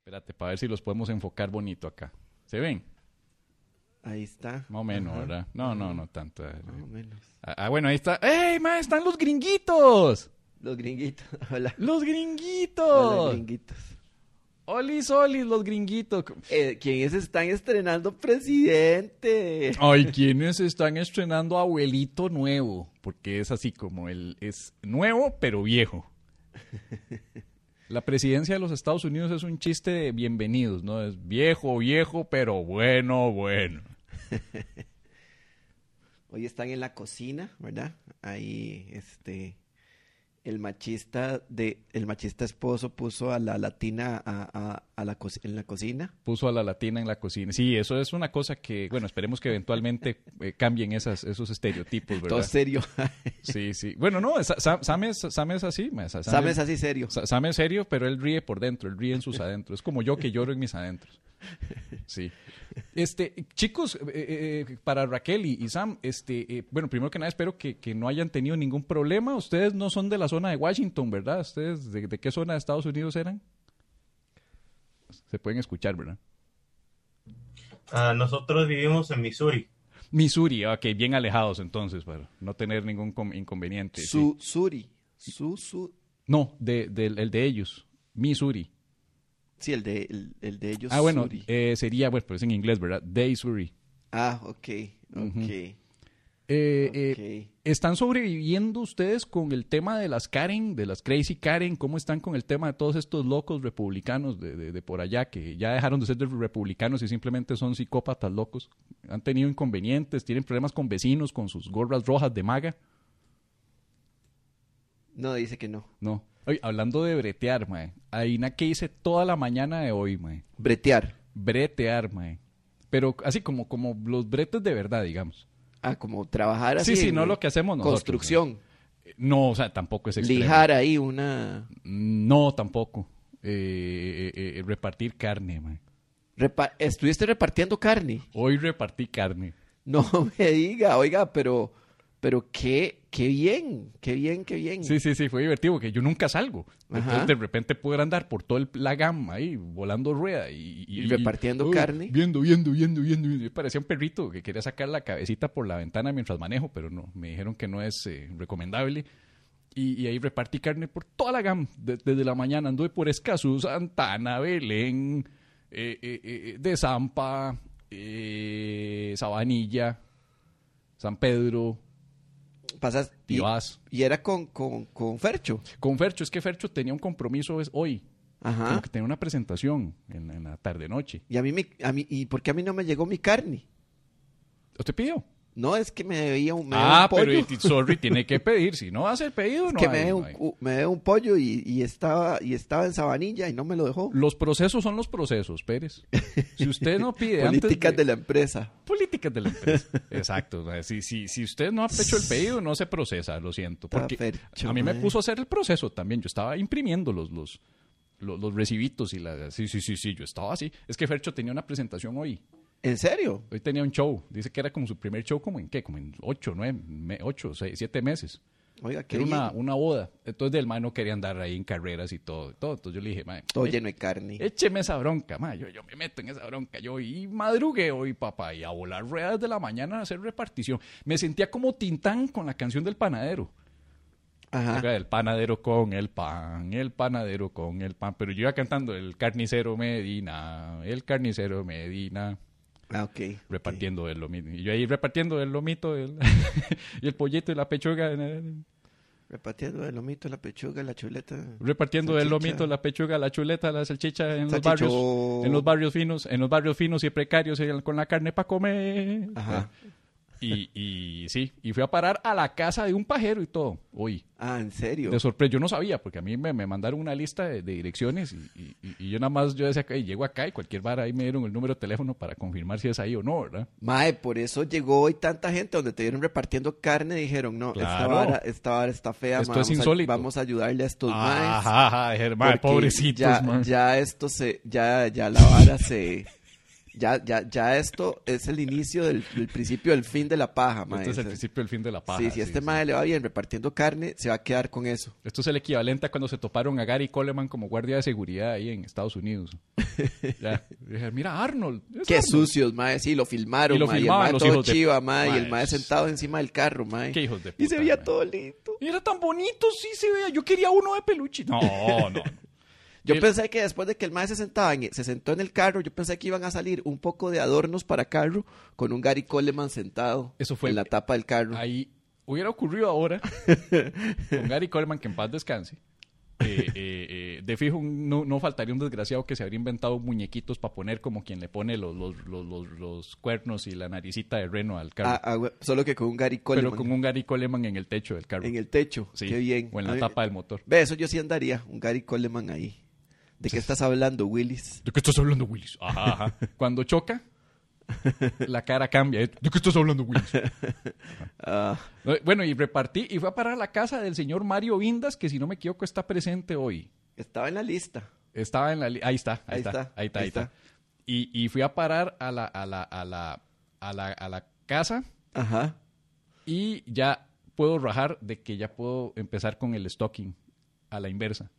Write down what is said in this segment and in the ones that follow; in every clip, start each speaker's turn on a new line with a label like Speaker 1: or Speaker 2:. Speaker 1: Espérate, para ver si los podemos enfocar bonito acá. ¿Se ven?
Speaker 2: Ahí está.
Speaker 1: Más o menos,
Speaker 2: Ajá.
Speaker 1: ¿verdad? No, no, no tanto.
Speaker 2: Más o menos.
Speaker 1: Ah, ah, bueno, ahí está. ¡Ey, ma! ¡Están los gringuitos!
Speaker 2: Los gringuitos. Hola.
Speaker 1: ¡Los
Speaker 2: Hola,
Speaker 1: gringuitos!
Speaker 2: gringuitos.
Speaker 1: ¡Olis, olis, los gringuitos!
Speaker 2: Eh, ¿Quiénes están estrenando presidente?
Speaker 1: Ay, quienes están estrenando Abuelito Nuevo, porque es así como él es nuevo pero viejo. La presidencia de los Estados Unidos es un chiste de bienvenidos, ¿no? Es viejo, viejo, pero bueno, bueno.
Speaker 2: Hoy están en la cocina, ¿verdad? Ahí, este, el machista de, el machista esposo puso a la latina a, a- a la co- en la cocina.
Speaker 1: Puso a la latina en la cocina. Sí, eso es una cosa que, bueno, esperemos que eventualmente eh, cambien esas, esos estereotipos,
Speaker 2: Todo
Speaker 1: ¿verdad?
Speaker 2: serio.
Speaker 1: Sí, sí. Bueno, no, Sa- Sa- Sam es, Sam es así. ma, Sa- Sam
Speaker 2: Sabes
Speaker 1: es-
Speaker 2: así serio.
Speaker 1: Sa- Sam es serio, pero él ríe por dentro, él ríe en sus adentros. Es como yo que lloro en mis adentros. Sí. Este, chicos, eh, eh, eh, para Raquel y, y Sam, este, eh, bueno, primero que nada espero que, que no hayan tenido ningún problema. Ustedes no son de la zona de Washington, ¿verdad? ¿Ustedes de, de qué zona de Estados Unidos eran? Se pueden escuchar, ¿verdad?
Speaker 3: Ah, nosotros vivimos en Missouri.
Speaker 1: Missouri, ok, bien alejados entonces, para no tener ningún com- inconveniente. sí.
Speaker 2: Su, suri. Su, su.
Speaker 1: No, de, del- el de ellos, Missouri.
Speaker 2: Sí, el de, el, el de ellos.
Speaker 1: Ah, bueno,
Speaker 2: suri.
Speaker 1: eh, sería, bueno, pero es en inglés, ¿verdad? Day Surrey.
Speaker 2: Ah, ok. Ok.
Speaker 1: Eh, eh,
Speaker 2: ok.
Speaker 1: ¿Están sobreviviendo ustedes con el tema de las Karen, de las Crazy Karen? ¿Cómo están con el tema de todos estos locos republicanos de, de- de por allá que ya dejaron de ser de republicanos y simplemente son psicópatas locos? ¿Han tenido inconvenientes? ¿Tienen problemas con vecinos, con sus gorras rojas de maga?
Speaker 2: No, dice que no.
Speaker 1: No. Oye, hablando de bretear, mae. Adivina qué hice toda la mañana de hoy, mae.
Speaker 2: Bretear.
Speaker 1: Bretear, mae. Pero así como, como los bretes de verdad, digamos.
Speaker 2: Ah, como trabajar
Speaker 1: Sí,
Speaker 2: así.
Speaker 1: sí,
Speaker 2: en
Speaker 1: no lo que hacemos nosotros.
Speaker 2: Construcción.
Speaker 1: Eh, No, o sea, tampoco es extremo.
Speaker 2: Lijar ahí una.
Speaker 1: No, tampoco. Eh, eh, eh, repartir carne, mae.
Speaker 2: Repa- Estuviste repartiendo carne.
Speaker 1: Hoy repartí carne.
Speaker 2: No me diga, oiga, pero, pero qué, qué bien, qué bien, qué bien.
Speaker 1: Sí, sí, sí, fue divertido porque yo nunca salgo. Entonces
Speaker 2: Ajá.
Speaker 1: de repente poder andar por toda el- la gama ahí, volando rueda y,
Speaker 2: Y repartiendo
Speaker 1: uy,
Speaker 2: carne.
Speaker 1: Viendo, viendo, viendo, viendo. viendo. Yo parecía un perrito que quería sacar la cabecita por la ventana mientras manejo, pero no, me dijeron que no es eh, recomendable. Y, y ahí repartí carne por toda la gama, de- desde la mañana. Anduve por Escazú, Santana, Belén, eh, eh, eh, de Zampa, eh, Sabanilla, San Pedro,
Speaker 2: Pasas y,
Speaker 1: Tibás.
Speaker 2: y era con, con, con Fercho.
Speaker 1: Con Fercho, es que Fercho tenía un compromiso es hoy.
Speaker 2: Ajá.
Speaker 1: Tengo que tener una presentación en, en la tarde-noche.
Speaker 2: Y a mí me, a mí, ¿y por qué a mí no me llegó mi carne?
Speaker 1: ¿Usted pidió?
Speaker 2: No, es que me debía un, me debía
Speaker 1: ah,
Speaker 2: un
Speaker 1: pero
Speaker 2: pollo.
Speaker 1: it- sorry, tiene que pedir. Si no hace el pedido,
Speaker 2: Es
Speaker 1: no
Speaker 2: que
Speaker 1: hay,
Speaker 2: me, debía
Speaker 1: no
Speaker 2: un,
Speaker 1: hay.
Speaker 2: u- me debía un pollo y, y estaba, y estaba en Sabanilla y no me lo dejó.
Speaker 1: Los procesos son los procesos, Pérez. Si usted no pide antes
Speaker 2: Políticas de... la empresa.
Speaker 1: Políticas de la empresa. Exacto. ma. Si, si, si usted no ha hecho el pedido, no se procesa, lo siento.
Speaker 2: Está
Speaker 1: Porque
Speaker 2: fercho,
Speaker 1: a mí me
Speaker 2: ma.
Speaker 1: puso a hacer el proceso también. Yo estaba imprimiendo los, los, los, los recibitos y la... Sí, sí, sí, sí, yo estaba así. Es que Fercho tenía una presentación hoy.
Speaker 2: ¿En serio?
Speaker 1: Hoy tenía un show. Dice que era como su primer show, como en qué, como en ocho, nueve, me- ocho, seis, siete meses.
Speaker 2: Oiga,
Speaker 1: Que
Speaker 2: qué
Speaker 1: era una,
Speaker 2: bien.
Speaker 1: una boda. Entonces el man no quería andar ahí en carreras y todo. y todo. Entonces yo le dije, mae,
Speaker 2: Todo
Speaker 1: eh,
Speaker 2: lleno de carne.
Speaker 1: écheme esa bronca, mae. Yo, yo me meto en esa bronca. Yo y madrugué hoy, papá, y a volar ruedas de la mañana a hacer repartición. Me sentía como Tintán con la canción del panadero.
Speaker 2: Ajá.
Speaker 1: El panadero con el pan, el panadero con el pan. Pero yo iba cantando el carnicero Medina, el carnicero Medina
Speaker 2: Ah, ok.
Speaker 1: repartiendo el lomito. Y yo ahí repartiendo el lomito el- y el pollito y la pechuga. eh,
Speaker 2: Repartiendo el lomito, la pechuga, la chuleta.
Speaker 1: Repartiendo el
Speaker 2: Salchicha.
Speaker 1: lomito, la pechuga, la chuleta, la salchicha en
Speaker 2: Salchicho.
Speaker 1: los barrios. En los barrios finos, en los barrios finos y precarios eh, con la carne para comer.
Speaker 2: Ajá.
Speaker 1: Y, y sí, y fui a parar a la casa de un pajero y todo. Uy,
Speaker 2: Ah, ¿en serio?
Speaker 1: de sorpresa. Yo no sabía, porque a mí me, me mandaron una lista de, de direcciones y, y- y- y yo nada más yo decía, "Ey, llego acá y cualquier bar ahí me dieron el número de teléfono para confirmar si es ahí o no, ¿verdad?
Speaker 2: Mae, por eso llegó hoy tanta gente donde te vieron repartiendo carne. Dijeron, no, esta,
Speaker 1: Claro.
Speaker 2: vara, esta vara está fea.
Speaker 1: Esto
Speaker 2: mae,
Speaker 1: es
Speaker 2: vamos a-
Speaker 1: insólito.
Speaker 2: vamos a ayudarle a estos maes.
Speaker 1: Ajá, ajá, dije, "Mae,
Speaker 2: porque
Speaker 1: pobrecitos,
Speaker 2: ya,
Speaker 1: mae".
Speaker 2: ya esto se, ya, ya la vara se, Ya, ya, ya esto es el inicio del, del principio del fin de la paja, mae.
Speaker 1: Este es el
Speaker 2: O sea,
Speaker 1: principio del fin de la paja.
Speaker 2: sí, si este mae le va bien repartiendo carne, se va a quedar con eso.
Speaker 1: Esto es el equivalente a cuando se toparon a Gary Coleman como guardia de seguridad ahí en Estados Unidos. Ya. Y dije, Mira, Arnold. es
Speaker 2: Qué
Speaker 1: Arnold".
Speaker 2: sucios, mae. Sí, lo filmaron,
Speaker 1: Y lo
Speaker 2: mae,
Speaker 1: filmaban
Speaker 2: el mae
Speaker 1: los
Speaker 2: todo
Speaker 1: hijos de-
Speaker 2: chiva, mae. Y
Speaker 1: mae,
Speaker 2: el mae
Speaker 1: es-
Speaker 2: sentado encima del carro, mae.
Speaker 1: Qué hijos de
Speaker 2: y se
Speaker 1: puta,
Speaker 2: veía
Speaker 1: mae.
Speaker 2: todo lindo.
Speaker 1: Y era tan bonito, sí se veía. Yo quería uno de peluche. No, no. no.
Speaker 2: Yo
Speaker 1: El-
Speaker 2: pensé que después de que el mae se sentaba en- se sentó en el carro, yo pensé que iban a salir un poco de adornos para carro con un Gary Coleman sentado
Speaker 1: Eso fue-
Speaker 2: en la tapa del carro.
Speaker 1: Ahí hubiera ocurrido ahora con Gary Coleman, que en paz descanse. eh, eh, eh, de fijo, un- no, no faltaría un desgraciado que se habría inventado muñequitos para poner como quien le pone los, los, los, los, los cuernos y la naricita de reno al carro.
Speaker 2: Ah, ah, güey, solo que con un Gary Coleman
Speaker 1: pero con un Gary Coleman en el techo del carro.
Speaker 2: en el techo.
Speaker 1: Sí,
Speaker 2: Qué bien.
Speaker 1: O en
Speaker 2: A
Speaker 1: la
Speaker 2: mí-
Speaker 1: tapa del motor.
Speaker 2: Ve, eso yo sí andaría, un Gary Coleman ahí. ¿De qué estás hablando, Willis?
Speaker 1: ¿De qué estás hablando, Willis? Ajá, ajá. Cuando choca, la cara cambia. ¿eh? ¿De qué estás hablando, Willis?
Speaker 2: Ah,
Speaker 1: No, Bueno, y repartí y fue a parar a la casa del señor Mario Vindas, que si no me equivoco está presente hoy.
Speaker 2: estaba en la lista.
Speaker 1: Estaba en la... li- Ahí está, ahí,
Speaker 2: Ahí
Speaker 1: está,
Speaker 2: está,
Speaker 1: ahí está,
Speaker 2: ahí
Speaker 1: ahí está.
Speaker 2: está.
Speaker 1: Y, y fui a parar a la, a la, a la, a la, a la casa
Speaker 2: Ajá.
Speaker 1: y ya puedo rajar de que ya puedo empezar con el stocking a la inversa.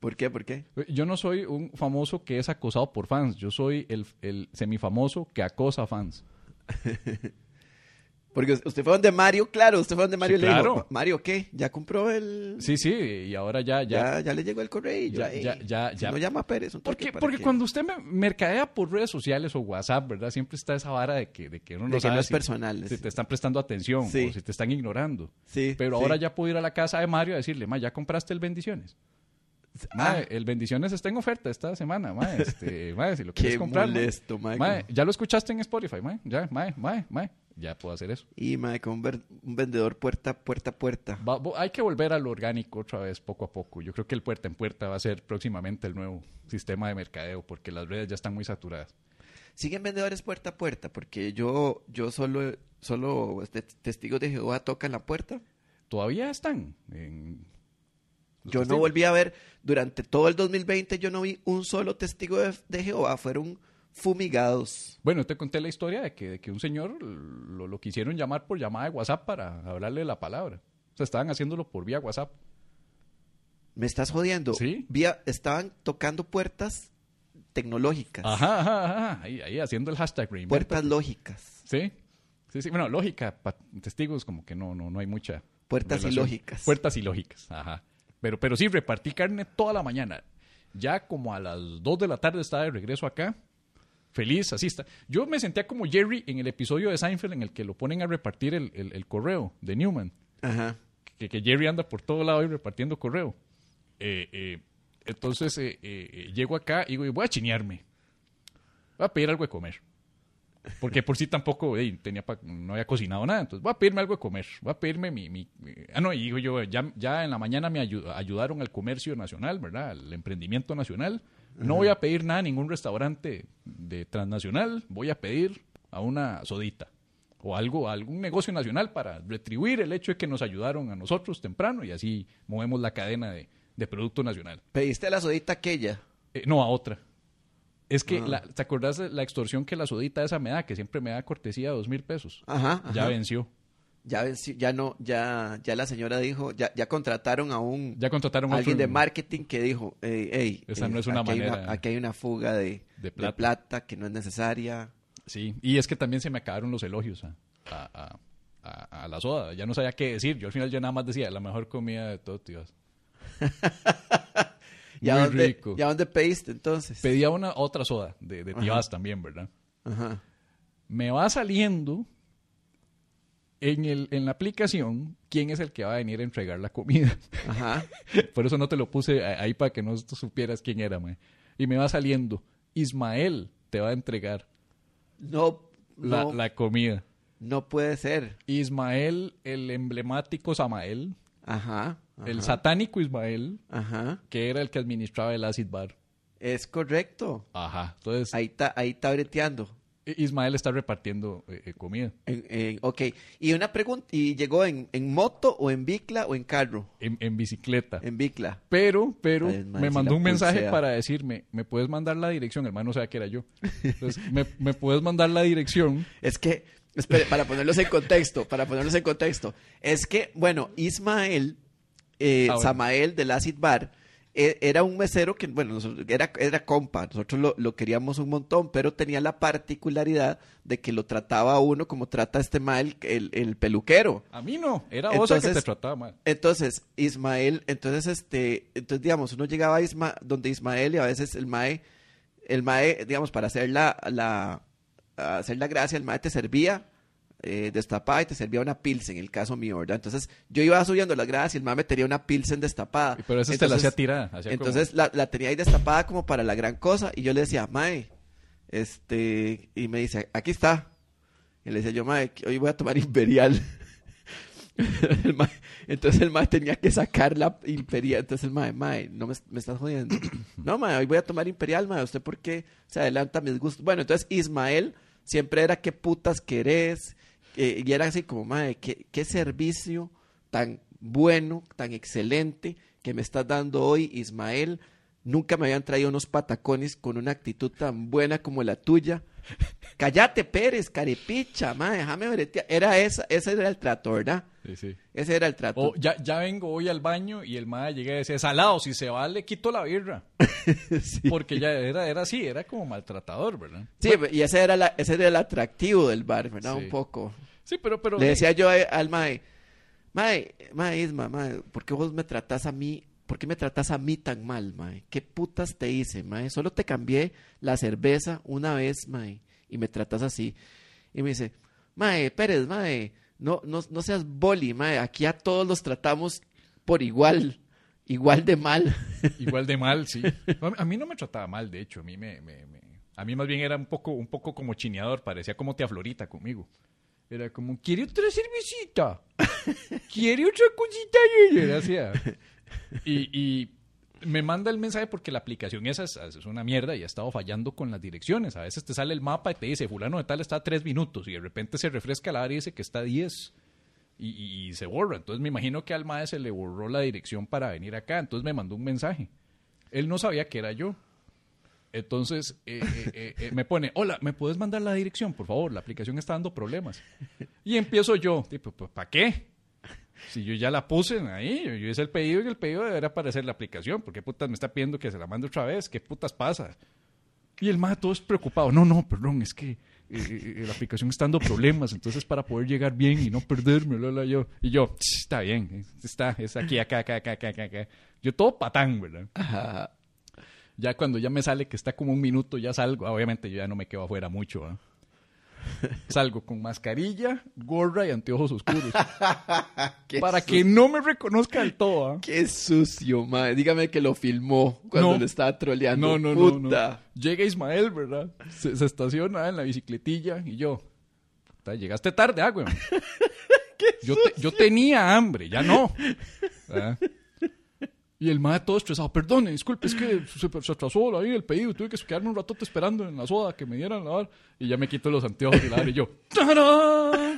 Speaker 2: ¿Por qué? ¿Por qué?
Speaker 1: Yo no soy un famoso que es acosado por fans, yo soy el, el semifamoso que acosa fans.
Speaker 2: Porque usted fue donde Mario, claro, usted fue donde Mario y le
Speaker 1: claro.
Speaker 2: dijo, Mario, ¿qué? ¿Ya compró el...?
Speaker 1: Sí, sí, y ahora ya, ya,
Speaker 2: Ya, ya le llegó el correo.
Speaker 1: Ya, ya, ya,
Speaker 2: Si
Speaker 1: ya.
Speaker 2: no llama a Pérez. un toque
Speaker 1: Porque,
Speaker 2: para
Speaker 1: porque
Speaker 2: que-
Speaker 1: cuando usted me mercadea por redes sociales o WhatsApp, ¿verdad? Siempre está esa vara de que, de que uno no
Speaker 2: De que
Speaker 1: sabe
Speaker 2: no es
Speaker 1: si,
Speaker 2: personal.
Speaker 1: si
Speaker 2: sí.
Speaker 1: te están prestando atención
Speaker 2: Sí.
Speaker 1: o si te están ignorando.
Speaker 2: Sí,
Speaker 1: Pero
Speaker 2: sí.
Speaker 1: ahora ya puedo ir a la casa de Mario a decirle, ma, ya compraste el Bendiciones. Ma,
Speaker 2: Ah.
Speaker 1: el Bendiciones está en oferta esta semana, ma. Este, ma, si lo
Speaker 2: Qué
Speaker 1: quieres comprar. ma.
Speaker 2: molesto, ma,
Speaker 1: Ma,
Speaker 2: como-
Speaker 1: ya lo escuchaste en Spotify, ma. Ya, ma, ma, ma. Ya puedo hacer eso.
Speaker 2: Y, mae, con un, ver- un vendedor puerta, puerta, puerta.
Speaker 1: Va- vo- hay que volver a lo orgánico otra vez, poco a poco. Yo creo que el puerta en puerta va a ser próximamente el nuevo sistema de mercadeo porque las redes ya están muy saturadas.
Speaker 2: Siguen vendedores puerta a puerta, porque yo, yo solo, solo este, testigos de Jehová tocan la puerta.
Speaker 1: todavía están. en-
Speaker 2: Yo no volví a ver, durante todo el 2020 yo no vi un solo testigo de, de Jehová, fueron fumigados.
Speaker 1: Bueno, te conté la historia de que, de que un señor lo, lo quisieron llamar por llamada de WhatsApp para hablarle la palabra. O sea, estaban haciéndolo por vía WhatsApp.
Speaker 2: Me estás jodiendo.
Speaker 1: Sí.
Speaker 2: Vía- estaban tocando puertas tecnológicas,
Speaker 1: Ajá, ajá, ajá. Ahí, ahí haciendo el hashtag reinvent.
Speaker 2: puertas lógicas,
Speaker 1: Sí. Sí, sí. Bueno, lógica, pa- testigos como que no, no, no hay mucha.
Speaker 2: puertas
Speaker 1: relación.
Speaker 2: ilógicas.
Speaker 1: Puertas ilógicas, ajá. Pero, pero sí, repartí carne toda la mañana. Ya como a las 2 de la tarde estaba de regreso acá. Feliz, así está. Yo me sentía como Jerry en el episodio de Seinfeld en el que lo ponen a repartir el, el- el correo de Newman.
Speaker 2: Ajá.
Speaker 1: Que, que Jerry anda por todo lado y repartiendo correo. Eh, eh, entonces eh, eh, eh, llego acá y digo, voy a chinearme. Voy a pedir algo de comer. Porque por sí tampoco ey, tenía pa- no había cocinado nada. Entonces, voy a pedirme algo de comer. Voy a pedirme mi... mi- mi- Ah, no, y digo yo, ya, ya en la mañana me ayu- ayudaron al comercio nacional, ¿verdad? Al emprendimiento nacional. No voy a pedir nada a ningún restaurante de transnacional. Voy a pedir a una sodita. O algo, a algún negocio nacional para retribuir el hecho de que nos ayudaron a nosotros temprano. Y así movemos la cadena de, de producto nacional.
Speaker 2: Pediste la sodita aquella.
Speaker 1: Eh, no, a otra. Es que,
Speaker 2: Ah.
Speaker 1: la- ¿te acordás de la extorsión que la sodita esa me da? Que siempre me da cortesía de dos mil pesos.
Speaker 2: Ajá, ajá.
Speaker 1: Ya venció.
Speaker 2: Ya, ven, sí, ya no, ya, ya la señora dijo, ya, ya contrataron a un
Speaker 1: Ya contrataron a
Speaker 2: alguien
Speaker 1: otro-
Speaker 2: de marketing que dijo, "Ey, ey,
Speaker 1: Esa
Speaker 2: eh,
Speaker 1: no es una
Speaker 2: aquí hay
Speaker 1: manera
Speaker 2: aquí hay una fuga de,
Speaker 1: de
Speaker 2: de plata.
Speaker 1: plata".
Speaker 2: que no es necesaria.
Speaker 1: Sí. Y es que también se me acabaron los elogios a, a- a- a- a la soda. Ya no sabía qué decir. Yo al final ya nada más decía, la mejor comida de todo, tío.
Speaker 2: ¿Y a
Speaker 1: Muy
Speaker 2: dónde,
Speaker 1: rico.
Speaker 2: y a dónde pediste entonces?
Speaker 1: Pedía una otra soda de, de tías también, ¿verdad?
Speaker 2: Ajá.
Speaker 1: Me va saliendo en, el, en la aplicación quién es el que va a venir a entregar la comida.
Speaker 2: Ajá.
Speaker 1: Por eso no te lo puse a- ahí para que no tú supieras quién era, mae. Y me va saliendo, Ismael te va a entregar
Speaker 2: No,
Speaker 1: la,
Speaker 2: no,
Speaker 1: la comida.
Speaker 2: no puede ser.
Speaker 1: Ismael, el emblemático Samael,
Speaker 2: Ajá. ajá,
Speaker 1: el satánico Ismael,
Speaker 2: Ajá.
Speaker 1: que era el que administraba el acid bar.
Speaker 2: Es correcto.
Speaker 1: Ajá. Entonces,
Speaker 2: Ahí está, ahí está breteando.
Speaker 1: Ismael está repartiendo eh, eh, comida
Speaker 2: En- en- ok, y una pregunta, ¿y llegó en, en moto o en bicla o en carro?
Speaker 1: en, en bicicleta.
Speaker 2: En bicla.
Speaker 1: Pero, pero
Speaker 2: Ay, mae,
Speaker 1: me
Speaker 2: si
Speaker 1: mandó
Speaker 2: la
Speaker 1: un mensaje
Speaker 2: pulsea.
Speaker 1: para decirme, ¿me puedes mandar la dirección? Hermano, o sea que era yo. Entonces, ¿me, me puedes mandar la dirección?
Speaker 2: Es que, espere, para ponerlos en contexto, para ponerlos en contexto, es que, bueno, Ismael, eh,
Speaker 1: Ah, bueno.
Speaker 2: Samael del Acid Bar, eh, era un mesero que, bueno, nosotros- era, era compa, nosotros lo, lo queríamos un montón, pero tenía la particularidad de que lo trataba a uno como trata este mal el, el peluquero.
Speaker 1: A mí no, era vos el que te
Speaker 2: Entonces-
Speaker 1: trataba mal.
Speaker 2: Entonces, Ismael, entonces este, entonces digamos, uno llegaba a Isma, donde Ismael y a veces el mae, el mae, digamos, para hacer la, la hacer la gracia, el mae te servía, eh, destapada y te servía una pilsen, en el caso mío, ¿verdad? Entonces, yo iba subiendo la gracia y el mae me tenía una pilsen destapada.
Speaker 1: Pero esa te este la
Speaker 2: Entonces-
Speaker 1: hacía tirada. hacía como-
Speaker 2: entonces la, la tenía ahí destapada como para la gran cosa y yo le decía, Mae, este, y me dice, aquí está. Y le decía yo, Mae, que hoy voy a tomar imperial. El mae- entonces el Mae tenía que sacar la imperial. Entonces el Mae, Mae, no me, me estás jodiendo. no, Mae, hoy voy a tomar imperial, Mae, ¿usted por qué se adelanta a mis gustos? Bueno, entonces Ismael siempre era, ¿qué putas querés? Eh, y era así como, Mae, ¿qué, qué servicio tan bueno, tan excelente que me estás dando hoy, Ismael. Nunca me habían traído unos patacones con una actitud tan buena como la tuya. Cállate, Pérez, carepicha, ma, déjame bretear. Era esa, ese era el trato, ¿verdad?
Speaker 1: Sí, sí.
Speaker 2: Ese era el trato.
Speaker 1: O ya, ya vengo hoy al baño y el madre llega y decía, salado, si se va le quito la birra.
Speaker 2: Sí.
Speaker 1: Porque ya era, era así, era como maltratador, ¿verdad?
Speaker 2: Sí, y ese era, la- ese era el atractivo del bar, ¿verdad?
Speaker 1: Sí.
Speaker 2: Un poco.
Speaker 1: Sí, pero... pero
Speaker 2: Le decía yo a- al mae, mae, mae, Isma, mae, ¿por qué vos me tratás a mí, por qué me tratás a mí tan mal, mae? ¿Qué putas te hice, mae? Solo te cambié la cerveza una vez, mae, y me tratás así. Y me dice, mae, Pérez, mae, no, no, no seas boli, mae, aquí a todos los tratamos por igual, igual de mal.
Speaker 1: Igual de mal, sí. No, a mí- A mí no me trataba mal, de hecho. A mí, me, me- me- a mí más bien era un poco, un poco como chineador. Parecía como te aflorita conmigo. Era como, ¿quiere otra cervecita? ¿Quiere otra cosita? Y yo era así, ah. Y, y me manda el mensaje porque la aplicación esa es, es una mierda y ha estado fallando con las direcciones. A veces te sale el mapa y te dice, fulano de tal está a tres minutos. Y de repente se refresca la área y dice que está a diez y, y- y se borra. Entonces me imagino que al mae se le borró la dirección para venir acá. Entonces me mandó un mensaje. Él no sabía que era yo. Entonces eh, eh, eh, eh, me pone, hola, ¿me puedes mandar la dirección? Por favor, la aplicación está dando problemas. Y empiezo yo, tipo, ¿para qué? Si yo ya la puse ahí, yo, yo hice el pedido y el pedido debería aparecer la aplicación. ¿Por qué putas me está pidiendo que se la mande otra vez? ¿Qué putas pasa? Y el mae todo es preocupado. No, no, perdón, es que eh, eh, eh, la aplicación está dando problemas, entonces para poder llegar bien y no perderme, bla, bla, yo. Y yo, "Ch, está bien, eh, está, es aquí, acá, acá, acá, acá, acá, acá. Yo todo patán, ¿verdad? Ya cuando ya me sale que está como un minuto, ya salgo. Ah, Obviamente yo ya no me quedo afuera mucho, ¿ah? Salgo con mascarilla, gorra y anteojos oscuros.
Speaker 2: Qué
Speaker 1: para
Speaker 2: su-
Speaker 1: que no me reconozca del todo, ¿ah?
Speaker 2: Qué sucio, mae. Dígame que lo filmó cuando
Speaker 1: No.
Speaker 2: lo estaba troleando.
Speaker 1: No, no, no, no.
Speaker 2: Puta.
Speaker 1: Llega Ismael, ¿verdad? Se, se estaciona en la bicicletilla y yo. "Puta, llegaste tarde, ah, güey. yo, te- yo tenía hambre, ya no. ¿Ah? Y el madre todo estresado, perdone, disculpe, es que se, se atrasó ahí el pedido, tuve que quedarme un ratote esperando en la soda que me dieran la vara". Y ya me quito los anteojos y la vara y yo, ¡Tarán!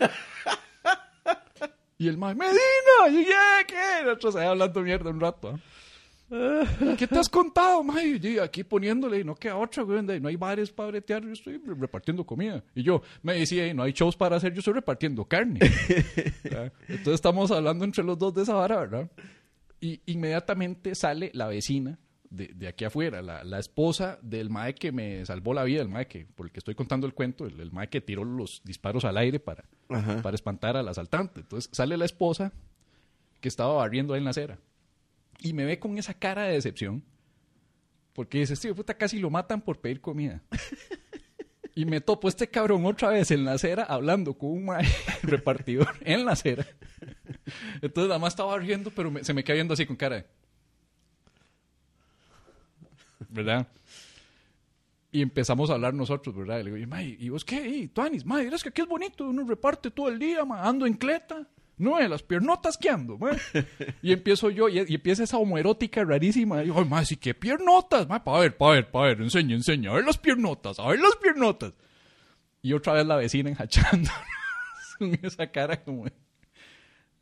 Speaker 1: Y el madre, ¡Medina! ¡Llegué! ¿Qué? Nosotros ahí hablando mierda un rato, ¿ah? ¿Y ¿Qué te has contado, mae? Y yo aquí poniéndole, no queda otra, güey, de- no hay bares para bretear, yo estoy re- repartiendo comida. Y yo me decía, "Ey, no hay shows para hacer, yo estoy repartiendo carne. ¿Verdad? Entonces estamos hablando entre los dos de esa vara, ¿verdad? Y inmediatamente sale la vecina de, de aquí afuera, la, la esposa del mae que me salvó la vida, el mae que, por el que estoy contando el cuento, el, el mae que tiró los disparos al aire para,
Speaker 2: Ajá.
Speaker 1: para espantar al asaltante. Entonces sale la esposa que estaba barriendo ahí en la acera y me ve con esa cara de decepción porque dice, este hijo de puta casi lo matan por pedir comida. Y me topo este cabrón otra vez en la acera hablando con un mae repartidor en la acera. Entonces la más estaba riendo, pero me- se me queda viendo así con cara de... ¿Verdad? Y empezamos a hablar nosotros, ¿verdad? Y le digo, "Mae, ¿y vos qué? ¿Y Tuanis? Mae, es que aquí es bonito, uno reparte todo el día, mae, ando en cleta. No, de las piernotas que ando, mae". Y empiezo yo, y, y empieza esa homoerótica rarísima. Y digo, ay, mae, sí, qué piernotas, mae, pa' ver, pa' ver, pa' ver, enseña, enseña, a ver las piernotas, a ver las piernotas. Y otra vez la vecina enjachando con esa cara como... de,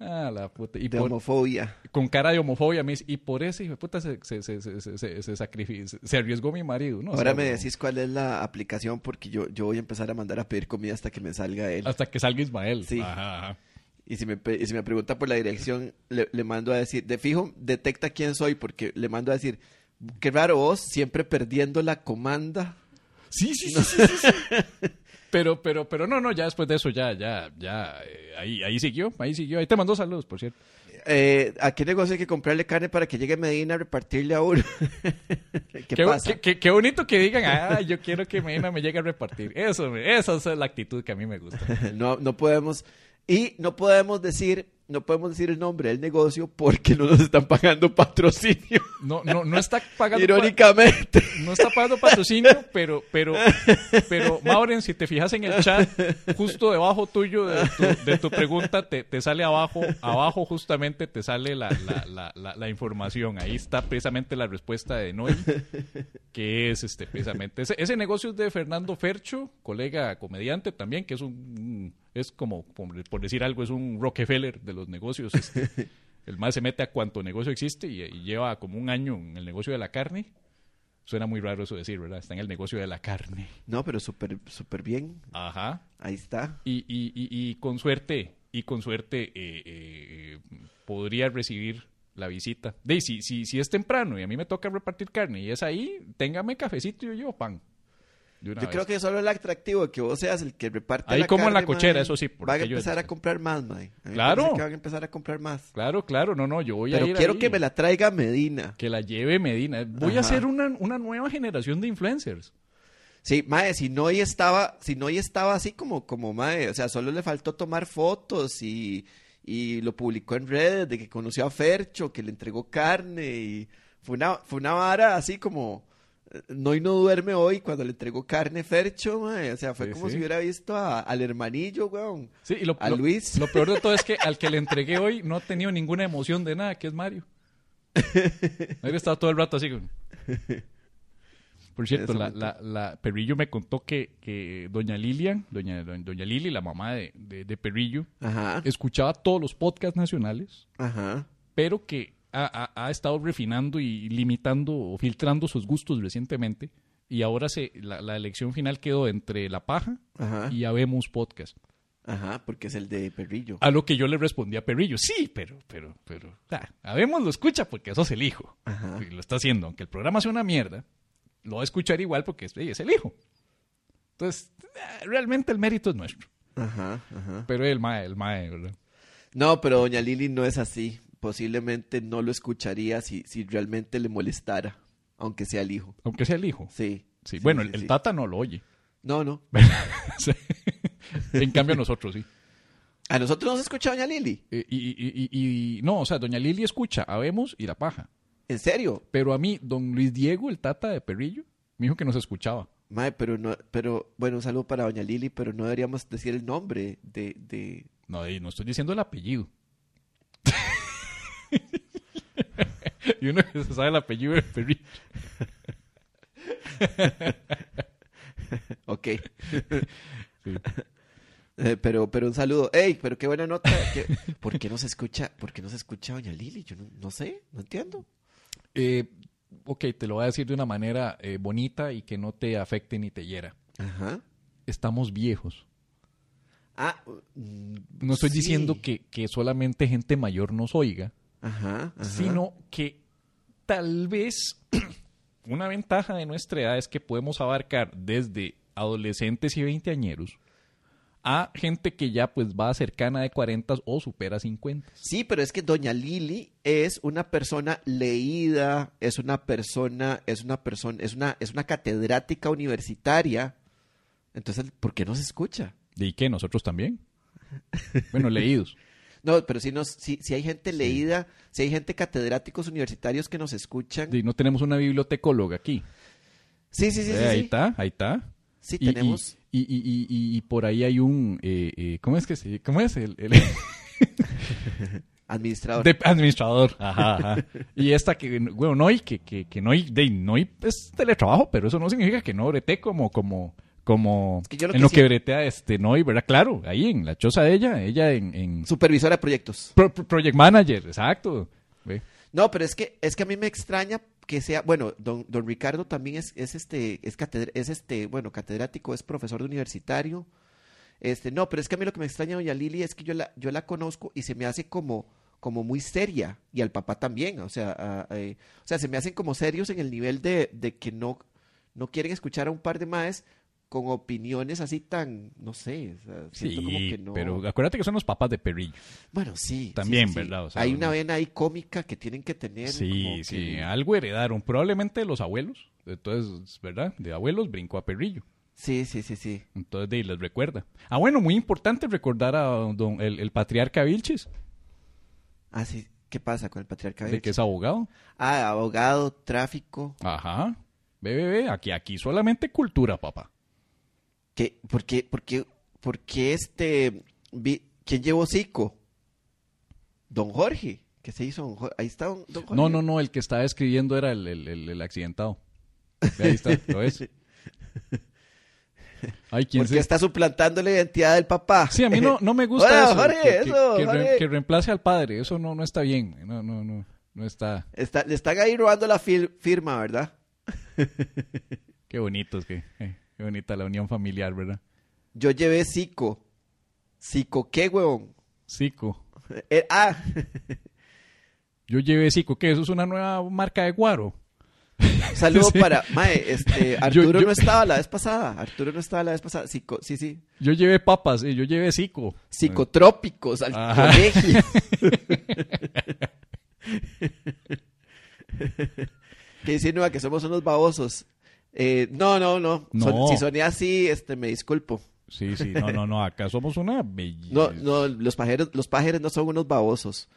Speaker 1: Ah, la puta. Y
Speaker 2: de
Speaker 1: por-
Speaker 2: homofobia.
Speaker 1: con cara de homofobia me dice, y por eso, hijo de puta, se, se, se, se, se, se- se sacrifi- se- se arriesgó mi marido, ¿no? O
Speaker 2: Ahora
Speaker 1: sea,
Speaker 2: me
Speaker 1: como-
Speaker 2: decís cuál es la aplicación porque yo, yo voy a empezar a mandar a pedir comida hasta que me salga él.
Speaker 1: Hasta que salga Ismael.
Speaker 2: Sí.
Speaker 1: Ajá, ajá.
Speaker 2: Y si me, pe- y si me pregunta por la dirección, le, le mando a decir, de fijo, detecta quién soy porque le mando a decir, qué raro vos, siempre perdiendo la comanda.
Speaker 1: Sí, sí, sí, sí, sí, sí. Pero, pero, pero no, no, ya después de eso, ya, ya, ya, eh, ahí, ahí siguió, ahí siguió. Ahí te mandó saludos, por cierto.
Speaker 2: Eh, ¿A qué negocio hay que comprarle carne para que llegue Medina a repartirle a uno? ¿Qué,
Speaker 1: bo-
Speaker 2: pasa?
Speaker 1: Qué, qué- qué bonito que digan, ah, yo quiero que Mena me llegue a repartir. Eso, me- esa es la actitud que a mí me gusta.
Speaker 2: No, no podemos. Y no podemos decir, no podemos decir el nombre del negocio porque no nos están pagando patrocinio.
Speaker 1: No, no, no está pagando... pa-
Speaker 2: Irónicamente.
Speaker 1: No está pagando patrocinio, pero, pero, pero, Mauren, si te fijas en el chat, justo debajo tuyo de tu, de tu pregunta, te, te sale abajo, abajo justamente te sale la, la, la, la, la información. Ahí está precisamente la respuesta de Noel, que es este, precisamente, ese, ese negocio es de Fernando Fercho, colega comediante también, que es un, es como, por por decir algo, es un Rockefeller de los negocios. este. El más se mete a cuanto negocio existe y- y lleva como un año en el negocio de la carne. Suena muy raro eso decir, ¿verdad? Está en el negocio de la carne.
Speaker 2: No, pero súper, súper bien.
Speaker 1: Ajá.
Speaker 2: Ahí está.
Speaker 1: Y, y, y, y con suerte, y con suerte eh, eh, podría recibir la visita. De, si, si, si es temprano y a mí me toca repartir carne y es ahí, téngame cafecito y yo llevo pan. De una
Speaker 2: Yo creo
Speaker 1: vez.
Speaker 2: que solo el atractivo que vos seas el que reparte.
Speaker 1: Ah, Ahí como en la
Speaker 2: carne,
Speaker 1: cochera,
Speaker 2: mae,
Speaker 1: eso sí, porque
Speaker 2: Van a
Speaker 1: yo-
Speaker 2: empezar a comprar más, mae. A mí me
Speaker 1: Claro.
Speaker 2: parece que van a empezar a comprar más.
Speaker 1: Claro, claro, no, no, yo voy a
Speaker 2: Pero
Speaker 1: ir
Speaker 2: quiero
Speaker 1: ahí.
Speaker 2: que me la traiga Medina.
Speaker 1: Que la lleve Medina. Voy
Speaker 2: Ajá.
Speaker 1: a hacer una, una nueva generación de influencers.
Speaker 2: Sí, mae, si no hoy estaba, si no hoy estaba así como, como mae, o sea, solo le faltó tomar fotos y, y lo publicó en redes de que conoció a Fercho, que le entregó carne y fue una, fue una vara así como eh, no y no duerme hoy cuando le entregó carne Fercho, mae, o sea, fue
Speaker 1: Sí,
Speaker 2: como
Speaker 1: sí.
Speaker 2: si hubiera visto a- al hermanillo, weón.
Speaker 1: Sí, y lo,
Speaker 2: A
Speaker 1: lo-
Speaker 2: Luis.
Speaker 1: lo peor de todo es que al que le entregué hoy no ha tenido ninguna emoción de nada, que es Mario. Mario estaba todo el rato así. como- Por cierto,
Speaker 2: Eso
Speaker 1: la,
Speaker 2: me-
Speaker 1: la- la- Perrillo me contó que, que doña Lilian, doña, doña, Lili, la mamá de, de- de Perrillo,
Speaker 2: Ajá,
Speaker 1: escuchaba todos los podcasts nacionales,
Speaker 2: ajá.
Speaker 1: pero que ha, ha- ha estado refinando y limitando o filtrando sus gustos recientemente. Y ahora se, la, la elección final quedó entre La Paja
Speaker 2: Ajá,
Speaker 1: y Habemos Podcast.
Speaker 2: ajá, porque es el de Perrillo.
Speaker 1: A lo que yo le respondí a Perrillo, sí, pero, pero, pero, ah, habemos lo escucha porque eso es el hijo.
Speaker 2: Ajá.
Speaker 1: Y lo está haciendo, aunque el programa sea una mierda, lo va a escuchar igual porque es, es el hijo. Entonces, ah, realmente el mérito es nuestro.
Speaker 2: Ajá, ajá.
Speaker 1: Pero el mae, el mae, ¿verdad?
Speaker 2: No, pero doña Lili no es así. Posiblemente no lo escucharía si, si realmente le molestara, aunque sea el hijo.
Speaker 1: Aunque sea el hijo.
Speaker 2: Sí.
Speaker 1: Sí, bueno, el,
Speaker 2: sí,
Speaker 1: el
Speaker 2: sí.
Speaker 1: tata no lo oye.
Speaker 2: No, no.
Speaker 1: Sí. en cambio nosotros sí.
Speaker 2: A nosotros nos escucha doña Lili.
Speaker 1: Eh, Y, y- y- y- no, o sea, doña Lili escucha, habemos y la paja.
Speaker 2: En serio.
Speaker 1: Pero a mí, don Luis Diego, el tata de Perrillo, me dijo que nos escuchaba.
Speaker 2: Mae, pero no, pero, bueno, un saludo para doña Lili, pero no deberíamos decir el nombre de, de...
Speaker 1: No, y no estoy diciendo el apellido. y uno que se sabe el apellido de Perry.
Speaker 2: Ok.
Speaker 1: Sí.
Speaker 2: Eh, pero, pero un saludo. Ey, pero qué buena nota. ¿Qué- ¿Por qué nos escucha, por qué nos escucha doña Lili? Yo no, no sé, no entiendo.
Speaker 1: Eh, ok, te lo voy a decir de una manera eh, bonita y que no te afecte ni te hiera.
Speaker 2: Ajá.
Speaker 1: Estamos viejos.
Speaker 2: Ah, mm,
Speaker 1: No estoy
Speaker 2: sí.
Speaker 1: diciendo que, que solamente gente mayor nos oiga,
Speaker 2: Ajá, ajá.
Speaker 1: sino que tal vez una ventaja de nuestra edad es que podemos abarcar desde adolescentes y veinteañeros a gente que ya pues va cercana de 40 o supera 50.
Speaker 2: Sí, pero es que Doña Lili es una persona leída, es una persona, es una persona, es una, es una catedrática universitaria. Entonces, ¿por qué no se escucha?
Speaker 1: ¿Y qué? ¿Nosotros también? Bueno, leídos.
Speaker 2: No, pero si nos, si, si hay gente leída, si hay gente catedráticos universitarios que nos escuchan.
Speaker 1: Y no tenemos una bibliotecóloga aquí.
Speaker 2: Sí, sí, sí, sí.
Speaker 1: Eh, ahí
Speaker 2: sí.
Speaker 1: está, ahí está.
Speaker 2: Sí,
Speaker 1: Y- y-
Speaker 2: tenemos.
Speaker 1: Y, y, y- y- y por ahí hay un... eh, eh, ¿Cómo es que se ¿Cómo es? El, el-
Speaker 2: Administrador.
Speaker 1: de- administrador. Ajá, ajá. Y esta que... Bueno, no hay que, que, que no hay... De, no hay es teletrabajo, pero eso no significa que no brete como... como como
Speaker 2: que yo lo
Speaker 1: en
Speaker 2: que
Speaker 1: lo
Speaker 2: sí-
Speaker 1: que bretea este Noy, ¿verdad? Claro, ahí en la choza de ella, ella en, en
Speaker 2: Supervisora de proyectos.
Speaker 1: pro- pro- Project Manager, exacto. Ve.
Speaker 2: No, pero es que, es que a mí me extraña que sea, bueno, don, don Ricardo también es, es este, es catedr- es este, bueno, catedrático, es profesor de universitario. Este, no, pero es que a mí lo que me extraña doña Lili es que yo la, yo la conozco y se me hace como, como muy seria, y al papá también, o sea, a- a- eh, o sea, se me hacen como serios en el nivel de, de que no, no quieren escuchar a un par de maes con opiniones así tan, no sé, o sea, siento como
Speaker 1: Sí,
Speaker 2: que no.
Speaker 1: pero acuérdate que son los papás de Perrillo.
Speaker 2: Bueno, sí. sí,
Speaker 1: También,
Speaker 2: sí, sí.
Speaker 1: ¿verdad? O sea,
Speaker 2: Hay
Speaker 1: no-
Speaker 2: una vena ahí cómica que tienen que tener. como
Speaker 1: Sí,
Speaker 2: que-
Speaker 1: sí, algo heredaron, probablemente de los abuelos, entonces, ¿verdad? De abuelos brincó a Perrillo.
Speaker 2: Sí, sí, sí, sí.
Speaker 1: Entonces, de ahí les recuerda. Ah, bueno, muy importante recordar a don, el, el patriarca Vilches,
Speaker 2: Ah, sí. ¿Qué pasa con el patriarca?
Speaker 1: de que es abogado.
Speaker 2: Ah, abogado, tráfico.
Speaker 1: Ajá. Ve, ve, ve, aquí, aquí solamente cultura, papá.
Speaker 2: ¿Qué? ¿Por qué? ¿Por qué? ¿Por qué este... vi- ¿Quién llevó Zico? Don Jorge. ¿Qué se hizo? don Jo- Ahí está don, don Jorge.
Speaker 1: No, no, no, el que estaba escribiendo era el, el- el- el accidentado. Ve, ahí está, lo es. Ay, ¿quién
Speaker 2: ¿Por qué
Speaker 1: se...
Speaker 2: está suplantando la identidad del papá?
Speaker 1: Sí, a mí no, no me gusta
Speaker 2: Hola,
Speaker 1: eso.
Speaker 2: Jorge,
Speaker 1: que, que-
Speaker 2: eso,
Speaker 1: que re-
Speaker 2: Jorge.
Speaker 1: que reemplace al padre, eso no, no está bien. No, no, no, no está.
Speaker 2: Está- le están ahí robando la fir- firma, ¿verdad?
Speaker 1: Qué bonito, es que... eh, qué bonita la unión familiar, ¿verdad?
Speaker 2: Yo llevé Zico. ¿Zico qué, huevón?
Speaker 1: Sico.
Speaker 2: Eh, ah,
Speaker 1: Yo llevé Sico, que eso es una nueva marca de guaro.
Speaker 2: Saludo
Speaker 1: Sí.
Speaker 2: para. Mae, este, Arturo
Speaker 1: yo-
Speaker 2: no estaba la vez pasada. Arturo no estaba la vez pasada. Psico- sí, sí.
Speaker 1: Yo llevé papas, y yo llevé Sico.
Speaker 2: Psicotrópicos al
Speaker 1: Ajá.
Speaker 2: colegio. que dice Nueva que somos unos babosos. Eh, no, no, no.
Speaker 1: No.
Speaker 2: Son- si soné así, este, me disculpo.
Speaker 1: Sí, sí, no, no, no, acá somos una belleza.
Speaker 2: No, no, los pajeros, los pajeros no son unos babosos.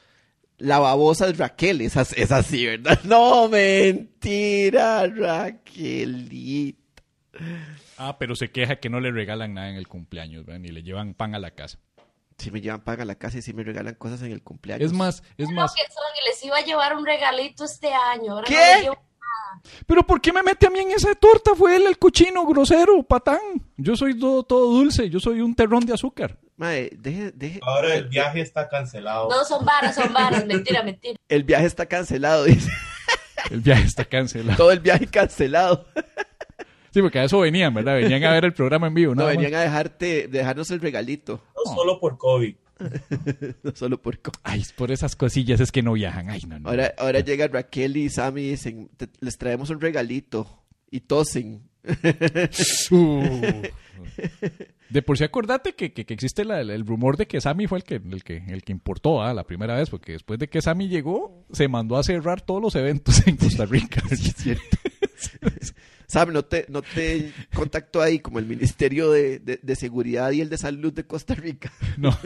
Speaker 2: La babosa es Raquel, es, as- es así, ¿verdad? No, mentira, Raquelita.
Speaker 1: Ah, pero se queja que no le regalan nada en el cumpleaños, ¿verdad? ni le llevan pan a la casa.
Speaker 2: Si me llevan pan a la casa y si me regalan cosas en el cumpleaños.
Speaker 1: Es más, es
Speaker 4: Lo
Speaker 1: más.
Speaker 4: que son y les iba a llevar un regalito este año. Ahora no
Speaker 2: ¿Qué?
Speaker 4: les llevo-
Speaker 1: ¿Pero por qué me mete a mí en esa torta? Fue él el cochino, grosero, patán. Yo soy todo, todo dulce, yo soy un terrón de azúcar.
Speaker 2: Mae, deje, deje.
Speaker 3: Ahora el viaje está cancelado.
Speaker 4: No, son varas, son varas. Mentira, mentira.
Speaker 2: El viaje está cancelado, dice.
Speaker 1: El viaje está cancelado.
Speaker 2: Todo el viaje cancelado.
Speaker 1: Sí, porque a eso venían, ¿verdad? Venían a ver el programa en vivo,
Speaker 2: No,
Speaker 1: nada más.
Speaker 2: venían a dejarte, dejarnos el regalito.
Speaker 3: No solo por COVID.
Speaker 2: No solo por co-
Speaker 1: Ay, es por esas cosillas es que no viajan. Ay, no, no.
Speaker 2: Ahora, ahora llega Raquel y Sammy y dicen, "Te- les traemos un regalito. Y tosen.
Speaker 1: Uh. De por sí acordate que, que- que existe la- el rumor de que Sammy fue el que, el que, el que importó ah, la primera vez, porque después de que Sammy llegó, se mandó a cerrar todos los eventos en Costa Rica.
Speaker 2: Sam, ¿no te, no te contactó ahí como el Ministerio de, de- de Seguridad y el de Salud de Costa Rica?
Speaker 1: No,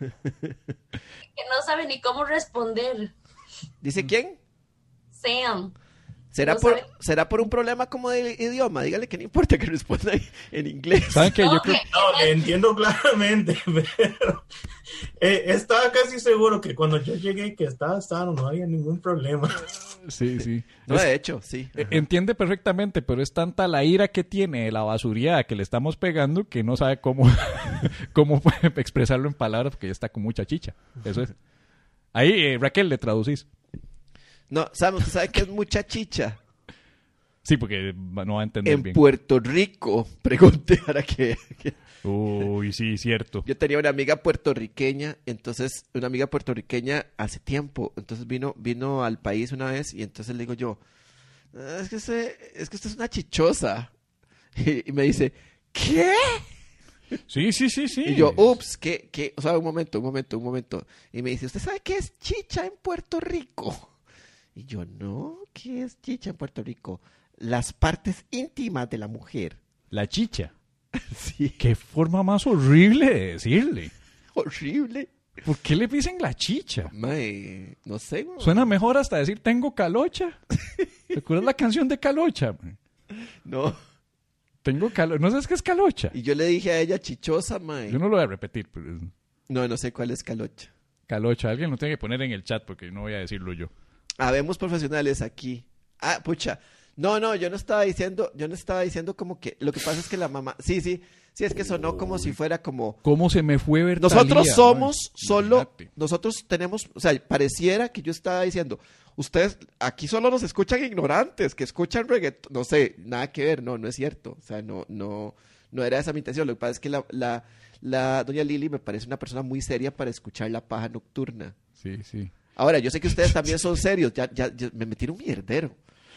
Speaker 4: Que no sabe ni cómo responder.
Speaker 2: ¿Dice
Speaker 1: Mm.
Speaker 2: quién?
Speaker 4: Sam.
Speaker 2: ¿Será,
Speaker 4: No
Speaker 2: por,
Speaker 4: sabe.
Speaker 2: ¿Será por un problema como de idioma? Dígale que no importa que responda en- en inglés.
Speaker 1: ¿saben qué? Yo
Speaker 4: No,
Speaker 1: creo,
Speaker 4: que-
Speaker 3: No, le entiendo claramente, pero eh, estaba casi seguro que cuando yo llegué que estaba sano, no había ningún problema.
Speaker 1: sí, sí.
Speaker 2: No,
Speaker 1: Es-
Speaker 2: de hecho, sí.
Speaker 1: eh, entiende perfectamente, pero es tanta la ira que tiene de la basuría que le estamos pegando que no sabe cómo, cómo expresarlo en palabras porque ya está con mucha chicha. Eso es. Ahí, eh, Raquel, le traducís.
Speaker 2: No, Sam, ¿usted sabe qué es mucha chicha?
Speaker 1: Sí, porque no va a entender
Speaker 2: En
Speaker 1: bien.
Speaker 2: Puerto Rico, pregunté para que, que-
Speaker 1: Uy, sí, cierto.
Speaker 2: Yo tenía una amiga puertorriqueña, entonces, una amiga puertorriqueña hace tiempo, entonces vino, vino al país una vez y entonces le digo yo, "Ah, es que usted, es que usted es una chichosa. Y, y me dice, ¿qué?
Speaker 1: Sí, sí, sí, sí.
Speaker 2: Y yo, ups, ¿qué, qué? O sea, un momento, un momento, un momento. Y me dice, ¿usted sabe qué es chicha en Puerto Rico? Y yo, no, ¿qué es chicha en Puerto Rico? Las partes íntimas de la mujer.
Speaker 1: La chicha.
Speaker 2: Sí,
Speaker 1: Qué forma más horrible de decirle.
Speaker 2: horrible.
Speaker 1: ¿Por qué le dicen la chicha?
Speaker 2: Mae, no sé, güey.
Speaker 1: Suena mejor hasta decir tengo calocha. ¿Recuerdas la canción de calocha?
Speaker 2: No.
Speaker 1: Tengo calocha. ¿No sabes qué es calocha?
Speaker 2: Y yo le dije a ella chichosa, mae.
Speaker 1: Yo no lo voy a repetir, pero es
Speaker 2: No, no sé cuál es calocha.
Speaker 1: calocha. Alguien lo tiene que poner en el chat porque no voy a decirlo yo.
Speaker 2: Habemos profesionales aquí. Ah, pucha. No, no, yo no estaba diciendo, yo no estaba diciendo como que, lo que pasa es que la mamá, sí, sí, sí, es que sonó como si fuera como,
Speaker 1: ¿Cómo se me fue ver
Speaker 2: nosotros
Speaker 1: Thalía,
Speaker 2: somos
Speaker 1: mae?
Speaker 2: solo,
Speaker 1: Imagínate.
Speaker 2: nosotros tenemos, o sea, pareciera que yo estaba diciendo, ustedes aquí solo nos escuchan ignorantes, que escuchan reggaetón, no sé, nada que ver, no, no es cierto, o sea, no, no, no era esa mi intención, lo que pasa es que la, la, la doña Lili me parece una persona muy seria para escuchar la paja nocturna.
Speaker 1: Sí, sí.
Speaker 2: Ahora, yo sé que ustedes también son serios, ya, ya, ya- me metí en un mierdero,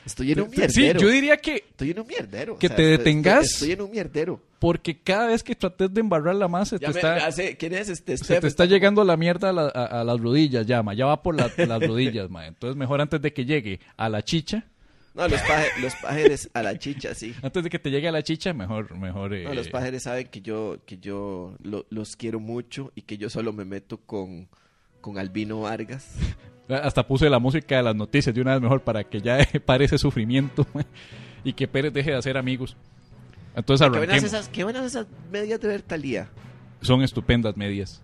Speaker 2: estoy en un
Speaker 1: Sí,
Speaker 2: mierdero.
Speaker 1: yo diría que
Speaker 2: Estoy en un mierdero.
Speaker 1: Que te
Speaker 2: estoy-
Speaker 1: detengas.
Speaker 2: Estoy, estoy en un mierdero.
Speaker 1: porque cada vez que trates de embarrar la masa, te
Speaker 2: Ya me-
Speaker 1: está,
Speaker 2: ya sé, ¿Quién es este
Speaker 1: se
Speaker 2: Steph?
Speaker 1: te está llegando la mierda a, la- a- a las rodillas, ya, ma. Ya va por la- las rodillas, ma. Entonces, mejor antes de que llegue a la chicha,
Speaker 2: No, los, paje- los pajeres a la chicha, sí.
Speaker 1: antes de que te llegue a la chicha, mejor, mejor. eh,
Speaker 2: No, los pajeres saben que yo, que yo lo- los quiero mucho y que yo solo me meto con, con Albino Vargas.
Speaker 1: Hasta puse la música de las noticias de una vez mejor para que ya pare ese sufrimiento ma, y que Pérez deje de hacer amigos. Entonces
Speaker 2: ¿Qué buenas,
Speaker 1: arranquemos.
Speaker 2: esas, qué buenas esas medias de Bertalía.
Speaker 1: Son estupendas medias.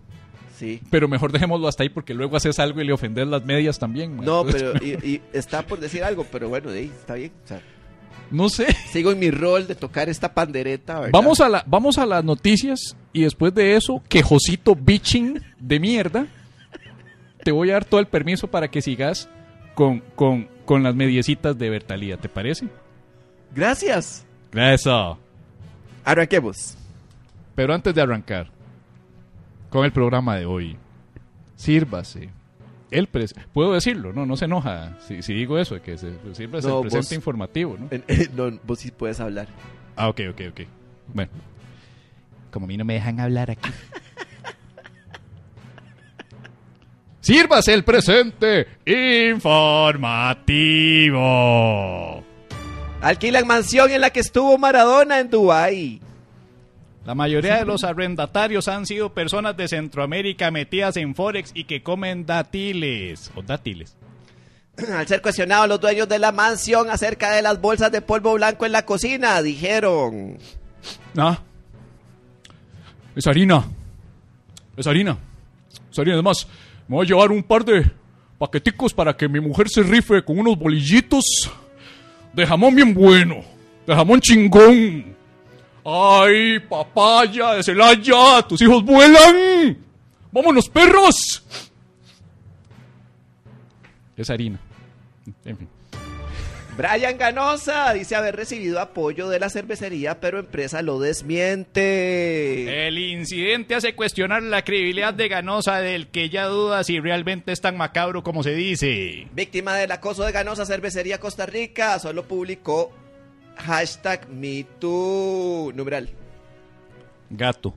Speaker 2: Sí.
Speaker 1: Pero mejor dejémoslo hasta ahí porque luego haces algo y le ofendes las medias también. ma.
Speaker 2: No,
Speaker 1: Entonces,
Speaker 2: pero y, y está por decir algo, pero bueno, de ahí está bien. o sea,
Speaker 1: No sé.
Speaker 2: sigo en mi rol de tocar esta pandereta. ¿verdad?
Speaker 1: Vamos a, la, vamos a las noticias y después de eso, quejosito bitching de mierda, te voy a dar todo el permiso para que sigas con, con, con las mediecitas de Bertalía, ¿te parece?
Speaker 2: Gracias.
Speaker 1: Eso.
Speaker 2: Arranquemos.
Speaker 1: Pero antes de arrancar con el programa de hoy, sírvase. El pres- Puedo decirlo, no, no se enoja si, si digo eso, que se, sírvase
Speaker 2: No,
Speaker 1: el presente
Speaker 2: vos-
Speaker 1: informativo, ¿no?
Speaker 2: Eh, eh, No, vos sí puedes hablar.
Speaker 1: Ah, ok, ok, ok. Bueno. Como a mí no me dejan hablar aquí. Sírvase el presente informativo.
Speaker 2: Alquilan mansión en la que estuvo Maradona en Dubái.
Speaker 1: La mayoría de los arrendatarios han sido personas de Centroamérica metidas en Forex y que comen dátiles. O dátiles.
Speaker 2: Al ser cuestionados los dueños de la mansión acerca de las bolsas de polvo blanco en la cocina, dijeron.
Speaker 1: Ah. Es harina. Es harina. Es harina. Además, me voy a llevar un par de paqueticos para que mi mujer se rife con unos bolillitos de jamón bien bueno. De jamón chingón. ¡Ay, papaya de Celaya! ¡Tus hijos vuelan! ¡Vámonos, perros! Es harina. En fin.
Speaker 2: Brian Ganosa dice haber recibido apoyo de la cervecería, pero empresa lo desmiente.
Speaker 1: El incidente hace cuestionar la credibilidad de Ganosa, del que ya duda si realmente es tan macabro como se dice.
Speaker 2: Víctima del acoso de Ganosa Cervecería Costa Rica, solo publicó hashtag MeToo. Numeral.
Speaker 1: Gato.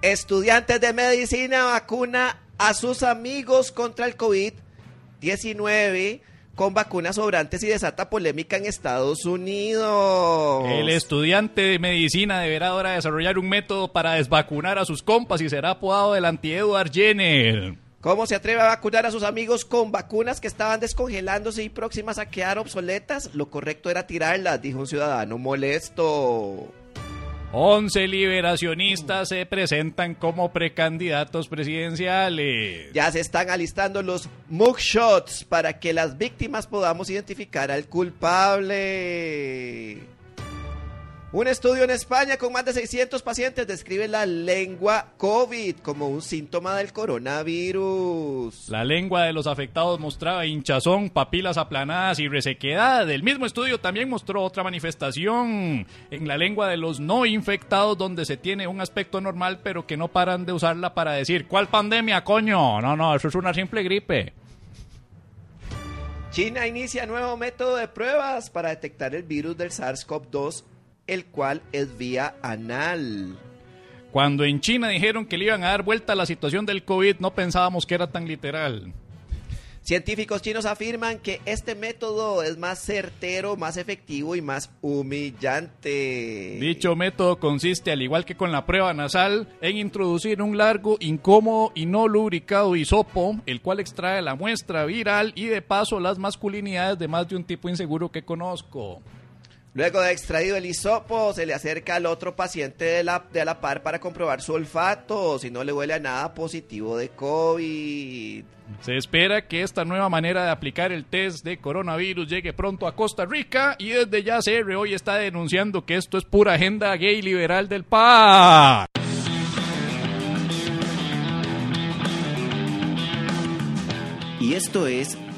Speaker 2: Estudiantes de medicina vacuna a sus amigos contra el COVID-19 con vacunas sobrantes y desata polémica en Estados Unidos.
Speaker 1: El estudiante de medicina deberá ahora desarrollar un método para desvacunar a sus compas y será apodado del anti-Edward Jenner.
Speaker 2: ¿Cómo se atreve a vacunar a sus amigos con vacunas que estaban descongelándose y próximas a quedar obsoletas? Lo correcto era tirarlas, dijo un ciudadano molesto.
Speaker 1: 11 liberacionistas se presentan como precandidatos presidenciales.
Speaker 2: Ya se están alistando los mugshots para que las víctimas podamos identificar al culpable. Un estudio en España con más de 600 pacientes describe la lengua COVID como un síntoma del coronavirus.
Speaker 1: La lengua de los afectados mostraba hinchazón, papilas aplanadas y resequedad. El mismo estudio también mostró otra manifestación en la lengua de los no infectados donde se tiene un aspecto normal pero que no paran de usarla para decir ¿Cuál pandemia, coño? No, no, eso es una simple gripe.
Speaker 2: China inicia nuevo método de pruebas para detectar el virus del SARS-CoV-2, el cual es vía anal.
Speaker 1: Cuando en China dijeron que le iban a dar vuelta a la situación del COVID no pensábamos que era tan literal.
Speaker 2: Científicos chinos afirman que este método es más certero, más efectivo y más humillante.
Speaker 1: Dicho método consiste, al igual que con la prueba nasal, en introducir un largo, incómodo y no lubricado hisopo, el cual extrae la muestra viral y de paso las masculinidades de más de un tipo inseguro que conozco.
Speaker 2: Luego de extraído el hisopo, se le acerca al otro paciente de la, de la par para comprobar su olfato, si no le huele a nada positivo de COVID.
Speaker 1: Se espera que esta nueva manera de aplicar el test de coronavirus llegue pronto a Costa Rica y desde ya CR hoy está denunciando que esto es pura agenda gay liberal del PAC.
Speaker 5: Y esto es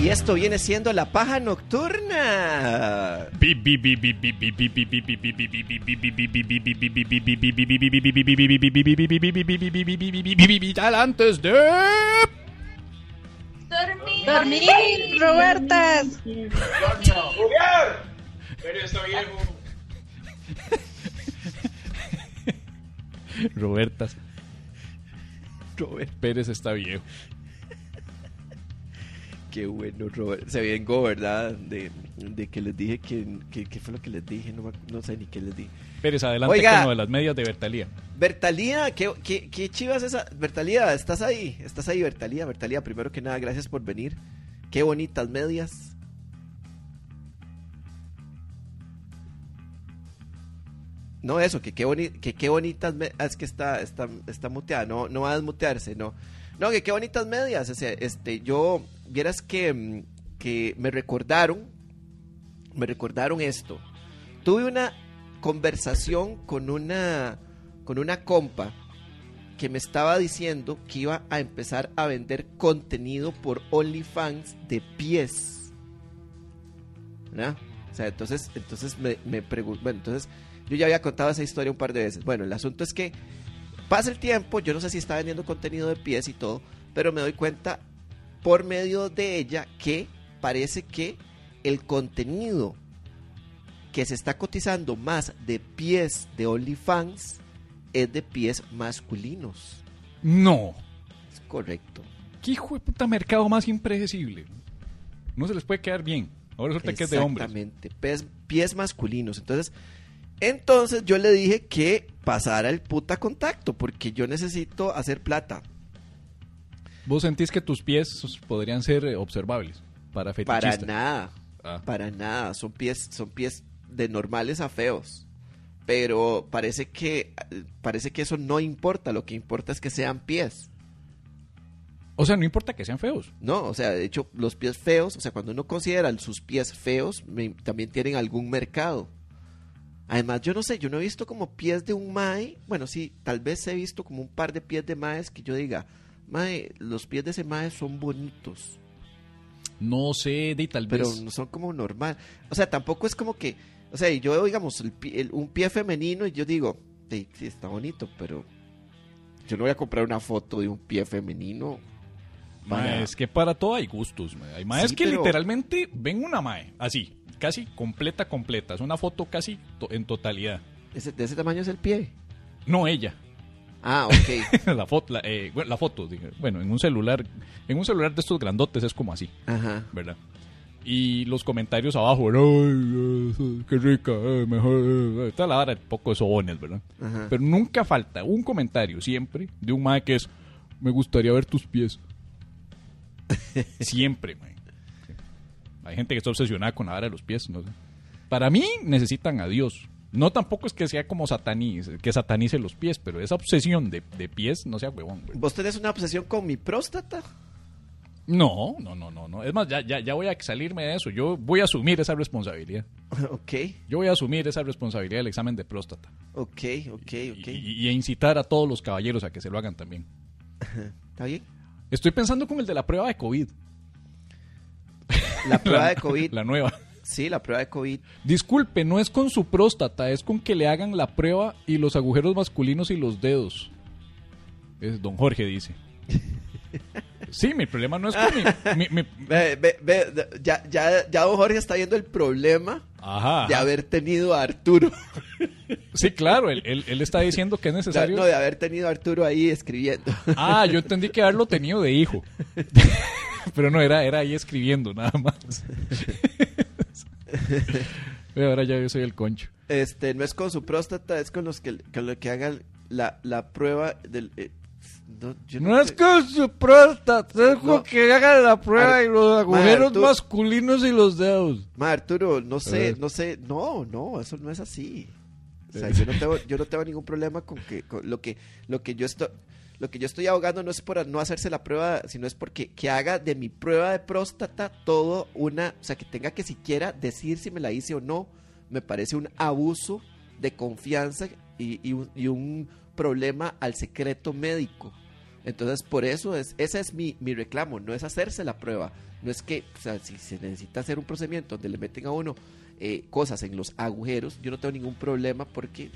Speaker 2: Y esto viene siendo la paja nocturna.
Speaker 1: Vital antes de...
Speaker 4: Dormir.
Speaker 6: Dormir, Robertas.
Speaker 1: Robertas.
Speaker 2: Robert,
Speaker 1: Pérez está viejo.
Speaker 2: qué bueno, Robert. Se vengó, ¿verdad? De, de que les dije que, que- ¿Qué fue lo que les dije? No, me ac- no sé ni qué les dije.
Speaker 1: Pérez, adelante
Speaker 2: Oiga.
Speaker 1: con lo de las medias de Bertalía.
Speaker 2: Bertalía, ¿qué, qué, qué chivas esa. Bertalía, estás ahí. Estás ahí, Bertalía. Bertalía, primero que nada, gracias por venir. Qué bonitas medias. No, eso, que qué, boni que qué bonitas medias. Es que está, está, está muteada, no, no va a desmutearse, no. No, que qué bonitas medias. o sea, este, yo, vieras que, mm, que me recordaron, me recordaron esto. Tuve una conversación con una, con una compa que me estaba diciendo que iba a empezar a vender contenido por OnlyFans de pies. ¿Verdad? O sea, entonces, entonces me, me pregun- Bueno, entonces yo ya había contado esa historia un par de veces. Bueno, el asunto es que pasa el tiempo, yo no sé si está vendiendo contenido de pies y todo, pero me doy cuenta por medio de ella que parece que el contenido que se está cotizando más de pies de OnlyFans es de pies masculinos.
Speaker 1: No.
Speaker 2: Es correcto.
Speaker 1: ¿Qué hijo de puta mercado más impredecible? No se les puede quedar bien. Ahora suerte que es de hombres.
Speaker 2: Exactamente, pies, pies masculinos. Entonces, entonces yo le dije que pasara el puta contacto porque yo necesito hacer plata.
Speaker 1: ¿Vos sentís que tus pies podrían ser eh, observables para
Speaker 2: Para
Speaker 1: fetichistas?
Speaker 2: nada,
Speaker 1: Ah.
Speaker 2: para nada. Son pies, son pies de normales a feos. Pero parece que parece que eso no importa. Lo que importa es que sean pies.
Speaker 1: O sea, no importa que sean feos.
Speaker 2: No, o sea, de hecho, los pies feos, o sea, cuando uno considera sus pies feos, me- también tienen algún mercado. Además, yo no sé, yo no he visto como pies de un mae, bueno, sí, tal vez he visto como un par de pies de maes que yo diga, mae, los pies de ese mae son bonitos,
Speaker 1: No sé, de tal
Speaker 2: pero
Speaker 1: vez.
Speaker 2: no son como normal. O sea, tampoco es como que, o sea, yo veo, digamos, el pi- el- un pie femenino y yo digo, sí, sí, está bonito, pero yo no voy a comprar una foto de un pie femenino.
Speaker 1: Ma,
Speaker 2: para-
Speaker 1: Es que para todo hay gustos. ma. Hay maes
Speaker 2: Sí,
Speaker 1: que
Speaker 2: pero-
Speaker 1: literalmente ven una mae, así, casi completa, completa. Es una foto casi to- en totalidad.
Speaker 2: Ese- de ese tamaño es el pie.
Speaker 1: No ella.
Speaker 2: Ah, ok.
Speaker 1: la, foto, la, eh, bueno, la foto, dije. bueno, en un celular, en un celular de estos grandotes es como así,
Speaker 2: Ajá.
Speaker 1: ¿verdad? Y los comentarios abajo, "Ay, eh, qué rica, eh, mejor, eh", toda la vara, poco de sobones, ¿verdad?
Speaker 2: Ajá.
Speaker 1: Pero nunca falta un comentario siempre de un mae que es, me gustaría ver tus pies. siempre, mae. Sí. Hay gente que está obsesionada con la vara de los pies, no sé. Para mí necesitan a Dios. No tampoco es que sea como satanice, que satanice los pies, pero esa obsesión de, de pies no sea huevón. güey.
Speaker 2: ¿Vos tenés una obsesión con mi próstata?
Speaker 1: No, no, no, no, no. Es más, ya, ya, ya voy a salirme de eso. Yo voy a asumir esa responsabilidad.
Speaker 2: ok,
Speaker 1: Yo voy a asumir esa responsabilidad del examen de próstata.
Speaker 2: ok, ok, ok.
Speaker 1: Y- y- y a incitar a todos los caballeros a que se lo hagan también.
Speaker 2: ¿Está bien?
Speaker 1: Estoy pensando con el de la prueba de COVID.
Speaker 2: La prueba de COVID.
Speaker 1: La nueva.
Speaker 2: Sí, la prueba de COVID.
Speaker 1: Disculpe, no es con su próstata, es con que le hagan la prueba y los agujeros masculinos y los dedos. Es don Jorge dice. Sí, mi problema no es con mi... mi- mi-
Speaker 2: Ve, ve, ve, ya, ya, ya don Jorge está viendo el problema
Speaker 1: Ajá.
Speaker 2: de haber tenido a Arturo.
Speaker 1: Sí, claro, él, él- él está diciendo que es necesario.
Speaker 2: No, de haber tenido a Arturo ahí escribiendo.
Speaker 1: Ah, yo entendí que haberlo tenido de hijo. Pero no, era, era ahí escribiendo nada más. Pero ahora ya yo soy el concho.
Speaker 2: Este, no es con su próstata, es con los que, con lo que hagan la, la prueba del... eh, no, yo no
Speaker 1: No es
Speaker 2: sé.
Speaker 1: con su próstata, es
Speaker 2: No.
Speaker 1: con que hagan la prueba
Speaker 2: Ar-
Speaker 1: y los agujeros
Speaker 2: tú-
Speaker 1: masculinos y los dedos.
Speaker 2: Ma, Arturo, no sé,
Speaker 1: Eh.
Speaker 2: no sé, no, no, eso no es así. O sea, yo no tengo, yo no tengo ningún problema con que con lo que lo que yo estoy lo que yo estoy ahogando no es por no hacerse la prueba, sino es porque que haga de mi prueba de próstata todo una, o sea, que tenga que siquiera decir si me la hice o no, me parece un abuso de confianza y, y un, y un problema al secreto médico. Entonces, por eso es, ese es mi, mi reclamo, no es hacerse la prueba, no es que, o sea, si se necesita hacer un procedimiento donde le meten a uno eh, cosas en los agujeros, yo no tengo ningún problema porque es,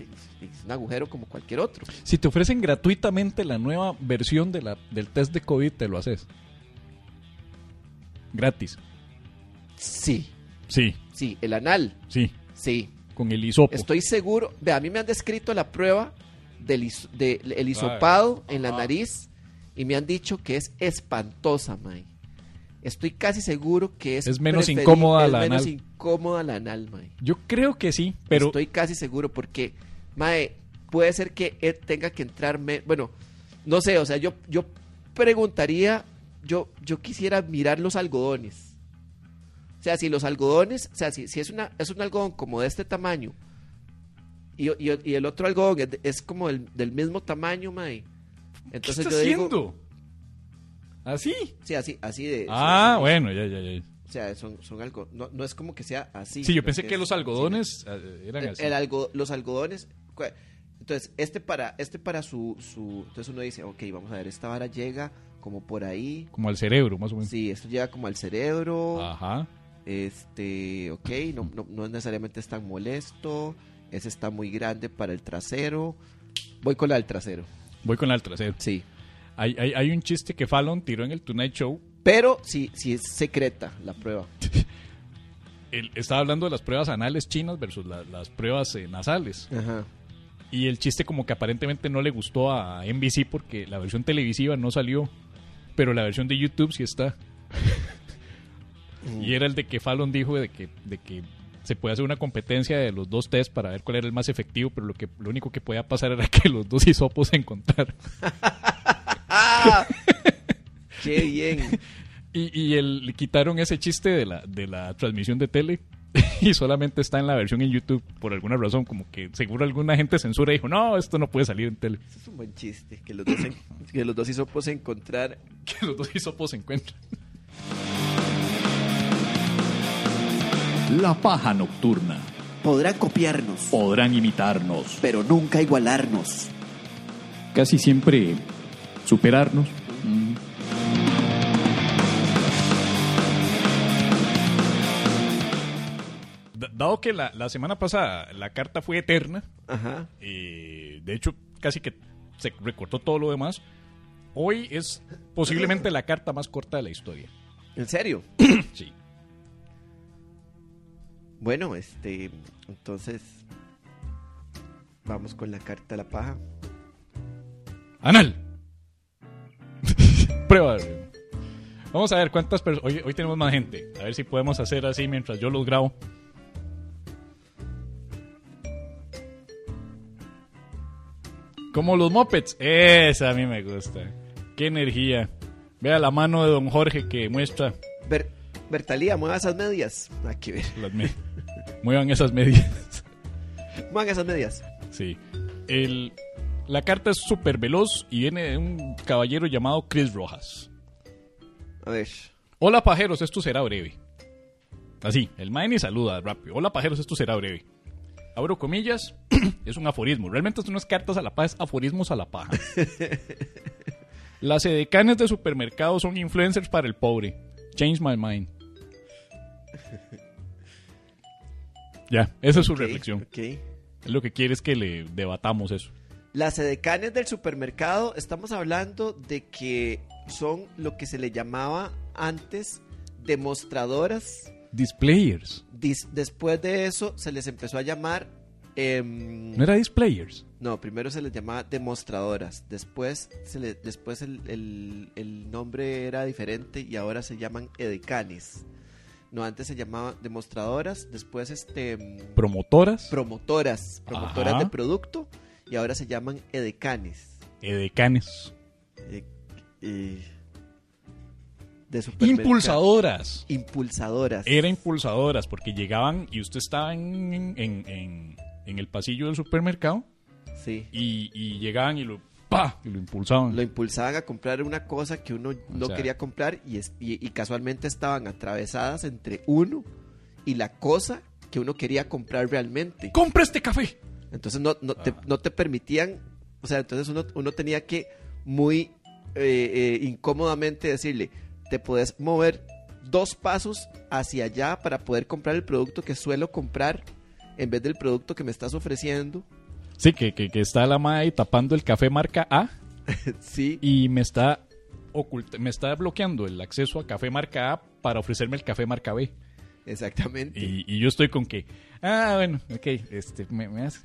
Speaker 2: es un agujero como cualquier otro.
Speaker 1: Si te ofrecen gratuitamente la nueva versión de la, del test de COVID, te lo haces. Gratis.
Speaker 2: Sí,
Speaker 1: Sí,
Speaker 2: sí, el anal,
Speaker 1: sí,
Speaker 2: sí.
Speaker 1: con el hisopo.
Speaker 2: Estoy seguro, ve, a mí me han descrito la prueba del his- de- el hisopado en la nariz y me han dicho que es espantosa, May. Estoy casi seguro que es...
Speaker 1: Es menos
Speaker 2: preferi-
Speaker 1: incómoda
Speaker 2: es
Speaker 1: la
Speaker 2: menos
Speaker 1: anal.
Speaker 2: incómoda la anal, May.
Speaker 1: Yo creo que sí, pero
Speaker 2: Estoy casi seguro porque, Mae, puede ser que él tenga que entrar. me- bueno, no sé, o sea, yo, yo preguntaría, yo, yo quisiera mirar los algodones. O sea, si los algodones, o sea, si, si es, una, es un algodón como de este tamaño y, y- y el otro algodón es, de- es como del- del mismo tamaño, Mae.
Speaker 1: ¿qué
Speaker 2: Entonces
Speaker 1: está
Speaker 2: yo digo,
Speaker 1: haciendo? ¿Ah, ¿Así?
Speaker 2: sí, así, así de.
Speaker 1: Ah,
Speaker 2: sí,
Speaker 1: bueno, ya, ya, ya.
Speaker 2: O sea, son, son algo, no, no es como que sea así.
Speaker 1: Sí, yo
Speaker 2: sino
Speaker 1: pensé que
Speaker 2: es-
Speaker 1: los
Speaker 2: sí,
Speaker 1: algodones eh, eran
Speaker 2: El-
Speaker 1: así.
Speaker 2: el algo- los algodones. cua- Entonces, este para, este para su, su. Entonces uno dice, ok, vamos a ver, esta vara llega como por ahí.
Speaker 1: Como al cerebro, más o menos.
Speaker 2: Sí, esto llega como al cerebro.
Speaker 1: Ajá.
Speaker 2: Este, ok, no, no, no necesariamente es tan molesto. Ese está muy grande para el trasero. Voy con la del trasero.
Speaker 1: Voy con la del trasero.
Speaker 2: Sí.
Speaker 1: Hay, hay, hay un chiste que Fallon tiró en el Tonight Show.
Speaker 2: Pero si sí es secreta la prueba.
Speaker 1: Él estaba hablando de las pruebas anales chinas versus la- las pruebas eh, nasales.
Speaker 2: Ajá.
Speaker 1: Y el chiste como que aparentemente no le gustó a NBC porque la versión televisiva no salió, pero la versión de YouTube sí está. y era el de que Fallon dijo de que, de que se puede hacer una competencia de los dos test para ver cuál era el más efectivo, pero lo que lo único que podía pasar era que los dos hisopos se encontraran.
Speaker 2: ¡Ah! ¡Qué bien!
Speaker 1: Y, y el, le quitaron ese chiste de la, de la transmisión de tele y solamente está en la versión en YouTube por alguna razón, como que seguro alguna gente censura y dijo, no, esto no puede salir en tele.
Speaker 2: Es un buen chiste. Que los dos, en- que los dos hisopos se encontrar
Speaker 1: Que los dos hisopos se encuentran.
Speaker 7: La paja nocturna.
Speaker 5: Podrá copiarnos,
Speaker 7: Podrán imitarnos,
Speaker 5: pero nunca igualarnos.
Speaker 7: casi siempre superarnos.
Speaker 1: Da- Dado que la, la semana pasada la carta fue eterna,
Speaker 2: Ajá.
Speaker 1: eh, de hecho casi que se recortó todo lo demás, hoy es posiblemente la carta más corta de la historia.
Speaker 2: ¿En serio?
Speaker 1: Sí.
Speaker 2: Bueno, este, entonces vamos con la carta a la paja.
Speaker 1: Anal. Prueba. Vamos a ver cuántas personas... Hoy, hoy tenemos más gente. A ver si podemos hacer así mientras yo los grabo. Como los mopeds. Esa a mí me gusta. Qué energía. Vea la mano de don Jorge que muestra
Speaker 2: Ber- Bertalía, mueva esas medias. Hay que ver.
Speaker 1: las me- Muevan esas medidas.
Speaker 2: Muevan esas medias.
Speaker 1: Sí. El- la carta es súper veloz y viene de un caballero llamado Chris Rojas.
Speaker 2: A ver.
Speaker 1: Hola pajeros, esto será breve. Así, el mae ni saluda rápido. Hola pajeros, esto será breve. Abro comillas, es un aforismo. Realmente esto no es cartas a la paja, es aforismos a la paja. Las edecanes de supermercado son influencers para el pobre. Change my mind. Ya, esa es su
Speaker 2: Ok,
Speaker 1: reflexión.
Speaker 2: ok.
Speaker 1: Él Lo que quiere es que le debatamos eso.
Speaker 2: Las edecanes del supermercado, estamos hablando de que son lo que se le llamaba antes demostradoras.
Speaker 1: Displayers.
Speaker 2: Dis- después de eso se les empezó a llamar em,
Speaker 1: ¿No era Displayers?
Speaker 2: No, primero se les llamaba demostradoras, después, se le, después el, el- el nombre era diferente y ahora se llaman edecanes. No, antes se llamaba demostradoras, después este mm,
Speaker 1: ¿Promotoras?
Speaker 2: promotoras, promotoras
Speaker 1: Ajá.
Speaker 2: de producto y ahora se llaman edecanes.
Speaker 1: Edecanes.
Speaker 2: Eh, eh, de supermercado.
Speaker 1: Impulsadoras.
Speaker 2: Impulsadoras.
Speaker 1: Era impulsadoras porque llegaban y usted estaba en, en- en- en- en el pasillo del supermercado
Speaker 2: Sí.
Speaker 1: y, y llegaban y lo, ¡pa! y lo impulsaban.
Speaker 2: Lo impulsaban a comprar una cosa que uno no
Speaker 1: sea-
Speaker 2: quería comprar y, es- y- y casualmente estaban atravesadas entre uno y la cosa que uno quería comprar realmente.
Speaker 1: ¡Compra este café!
Speaker 2: Entonces no, no, te, no te permitían, o sea, entonces uno, uno tenía que muy eh, eh, incómodamente decirle, te puedes mover dos pasos hacia allá para poder comprar el producto que suelo comprar en vez del producto que me estás ofreciendo.
Speaker 1: Sí, que, que- que está la madre ahí tapando el café marca A
Speaker 2: sí.
Speaker 1: y me está, oculta- me está bloqueando el acceso a café marca A para ofrecerme el café marca B.
Speaker 2: Exactamente.
Speaker 1: Y, y yo estoy con que, ah, bueno, ok, este, me, me hace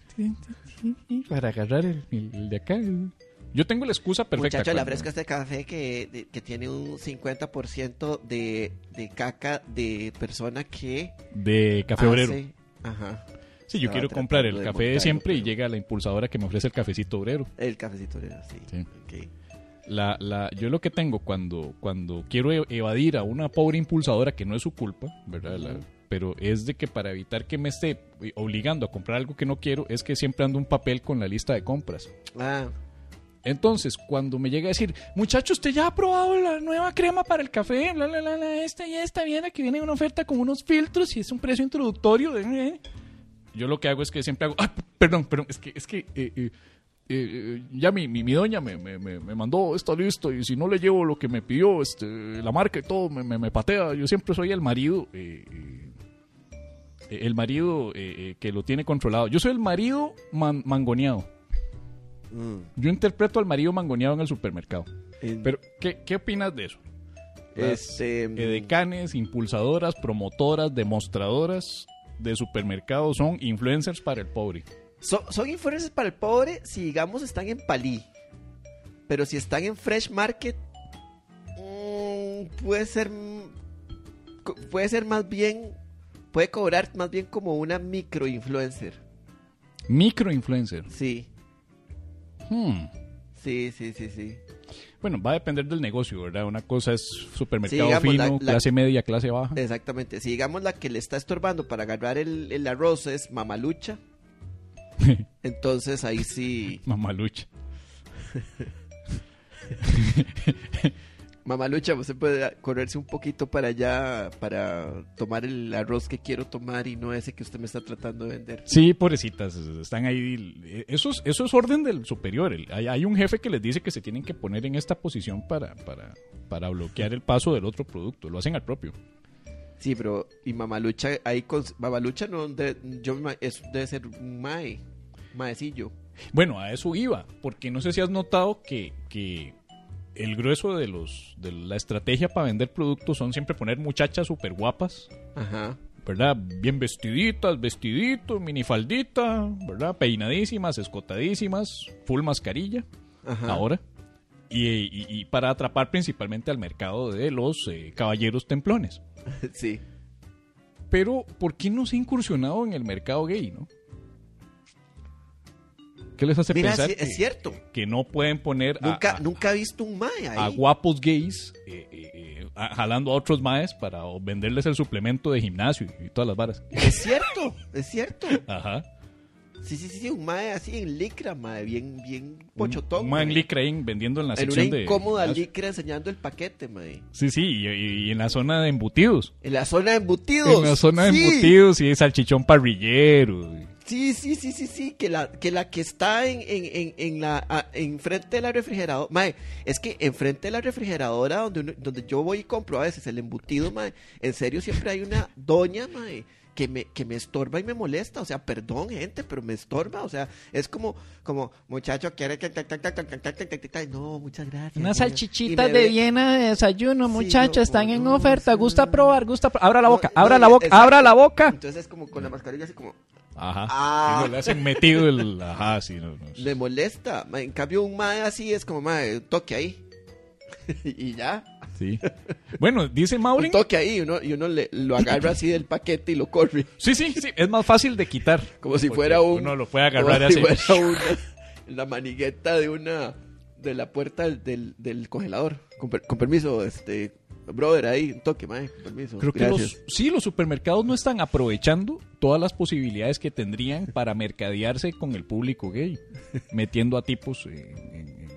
Speaker 1: para agarrar el, el- el de acá. el- Yo tengo la excusa perfecta.
Speaker 2: Muchacho, le
Speaker 1: cuando-
Speaker 2: ofrezco este café que, de- que tiene un 50% de, de caca de persona que...
Speaker 1: De café obrero.
Speaker 2: hace- Ajá.
Speaker 1: Sí, yo
Speaker 2: Ah, Estaba
Speaker 1: quiero comprar el
Speaker 2: tratando de
Speaker 1: café de
Speaker 2: montarlo,
Speaker 1: siempre y
Speaker 2: pero-
Speaker 1: llega la impulsadora que me ofrece el cafecito obrero.
Speaker 2: El cafecito obrero, sí.
Speaker 1: Sí.
Speaker 2: Ok.
Speaker 1: La, la, yo lo que tengo cuando, cuando quiero e- evadir a una pobre impulsadora, que no es su culpa, ¿verdad? La- pero es de que para evitar que me esté obligando a comprar algo que no quiero, es que siempre ando un papel con la lista de compras.
Speaker 2: Ah,
Speaker 1: Entonces, cuando me llega a decir, muchacho, usted ya ha probado la nueva crema para el café, bla, bla, bla, bla, esta y esta, viene que viene una oferta con unos filtros y es un precio introductorio. eh, eh". Yo lo que hago es que siempre hago, "Ah, p- perdón, perdón, es que, es que, eh, eh, eh, eh, ya mi, mi, mi doña me, me, me- me mandó, está listo, y si no le llevo lo que me pidió, este, la marca y todo, me, me- me patea. Yo siempre soy el marido, eh, eh, el marido eh, eh, que lo tiene controlado. Yo soy el marido man- mangoneado.
Speaker 2: mm.
Speaker 1: Yo interpreto al marido mangoneado en el supermercado.
Speaker 2: En-
Speaker 1: Pero, ¿qué, qué opinas de eso? Las
Speaker 2: Este, mm,
Speaker 1: Edecanes, impulsadoras, promotoras, demostradoras de supermercados son influencers para el pobre.
Speaker 2: so- son influencers para el pobre si, digamos, están en Palí. Pero si están en Fresh Market, mm, puede ser. mm, co- Puede ser más bien. Puede cobrar más bien como una micro influencer.
Speaker 1: Microinfluencer.
Speaker 2: Sí,
Speaker 1: Hmm.
Speaker 2: sí, sí, sí, sí.
Speaker 1: Bueno, va a depender del negocio, ¿verdad? Una cosa es supermercado
Speaker 2: Sí, digamos,
Speaker 1: fino,
Speaker 2: la- Eh. la-
Speaker 1: clase media, clase baja.
Speaker 2: Exactamente. Si digamos la que le está estorbando para agarrar el, el arroz es mamalucha, entonces ahí sí.
Speaker 1: Mamalucha.
Speaker 2: Mamalucha, usted puede correrse un poquito para allá para tomar el arroz que quiero tomar y no ese que usted me está tratando de vender.
Speaker 1: Sí, pobrecitas, están ahí. Eso es, eso es orden del superior. El- Hay, hay un jefe que les dice que se tienen que poner en esta posición para, para, para bloquear el paso del otro producto. Lo hacen al propio.
Speaker 2: Sí, pero y Mamalucha ahí con Mamalucha no de- yo me ima- es- debe ser un mae, maecillo.
Speaker 1: Bueno, a eso iba, porque no sé si has notado que, que el grueso de los de la estrategia para vender productos son siempre poner muchachas súper guapas,
Speaker 2: Ajá.
Speaker 1: ¿verdad? Bien vestiditas, vestiditos, minifaldita, ¿verdad? Peinadísimas, escotadísimas, full mascarilla,
Speaker 2: Ajá.
Speaker 1: ahora. Y, y- y para atrapar principalmente al mercado de los eh, caballeros templones.
Speaker 2: Sí.
Speaker 1: Pero, ¿por qué no se ha incursionado en el mercado gay, no? ¿Qué les hace
Speaker 2: Mira,
Speaker 1: pensar
Speaker 2: sí,
Speaker 1: que, Ah,
Speaker 2: es cierto.
Speaker 1: que no pueden poner a-
Speaker 2: Nunca,
Speaker 1: a,
Speaker 2: nunca he visto un mae ahí.
Speaker 1: a guapos gays eh, eh, eh, a- jalando a otros maes para o venderles el suplemento de gimnasio y, y todas las varas.
Speaker 2: Es cierto, es cierto.
Speaker 1: Ajá.
Speaker 2: Sí, sí, sí, sí, un mae así en licra, mae, bien, bien
Speaker 1: Un-
Speaker 2: pochotón.
Speaker 1: un mae en
Speaker 2: mae.
Speaker 1: licra ahí vendiendo en la
Speaker 2: En una
Speaker 1: sección de.
Speaker 2: incómoda
Speaker 1: gimnasio.
Speaker 2: licra enseñando el paquete, mae.
Speaker 1: Sí, sí, y, y- y en la zona de embutidos.
Speaker 2: En la zona de embutidos.
Speaker 1: En la zona de
Speaker 2: sí,
Speaker 1: embutidos y salchichón parrillero. y-
Speaker 2: Sí, sí, sí, sí, sí, que la que, la que está en, en, en, en la a- enfrente de la refrigeradora, mae, es que enfrente de la refrigeradora donde uno- donde yo voy y compro a veces el embutido, mae, en serio siempre hay una doña, mae, que me, que me estorba y me molesta, o sea, perdón, gente, pero me estorba, o sea, es como como muchacho quiere que tac, tac, tac, tac, tac, tac, tac, tac, tac, tac, no, muchas gracias.
Speaker 8: Unas
Speaker 2: mira. Y
Speaker 8: salchichitas
Speaker 2: me
Speaker 8: de
Speaker 2: ve-
Speaker 8: Viena de desayuno,
Speaker 2: Sí,
Speaker 8: muchachos,
Speaker 2: no,
Speaker 8: están en
Speaker 2: no,
Speaker 8: oferta.
Speaker 2: sí,
Speaker 8: Gusta
Speaker 2: no.
Speaker 8: probar, gusta. pro- Abra la
Speaker 2: No,
Speaker 8: boca,
Speaker 2: no,
Speaker 8: abra la boca,
Speaker 2: exacto.
Speaker 8: abra la boca.
Speaker 2: Entonces es como con la mascarilla así como
Speaker 1: Ajá.
Speaker 2: Ah.
Speaker 1: Sí, no, le hacen metido el. Ajá, sí, no, no.
Speaker 2: Le molesta. ma, En cambio, un mae así es como, mae, un toque ahí. y ya.
Speaker 1: Sí. Bueno, dice
Speaker 2: Un
Speaker 1: Maureen.
Speaker 2: toque ahí y uno, y uno le, lo agarra así del paquete y lo corre.
Speaker 1: Sí, sí, sí. Es más fácil de quitar.
Speaker 2: Como si
Speaker 1: Porque
Speaker 2: fuera un.
Speaker 1: Uno lo puede agarrar
Speaker 2: como si
Speaker 1: así.
Speaker 2: fuera una- la manigueta de una. De la puerta del, del, del congelador. Con, per- con permiso, este. Brother, ahí, un toque, mae. Con permiso.
Speaker 1: Creo que
Speaker 2: Gracias.
Speaker 1: los, sí, los supermercados no están aprovechando todas las posibilidades que tendrían para mercadearse con el público gay, metiendo a tipos en- en- en-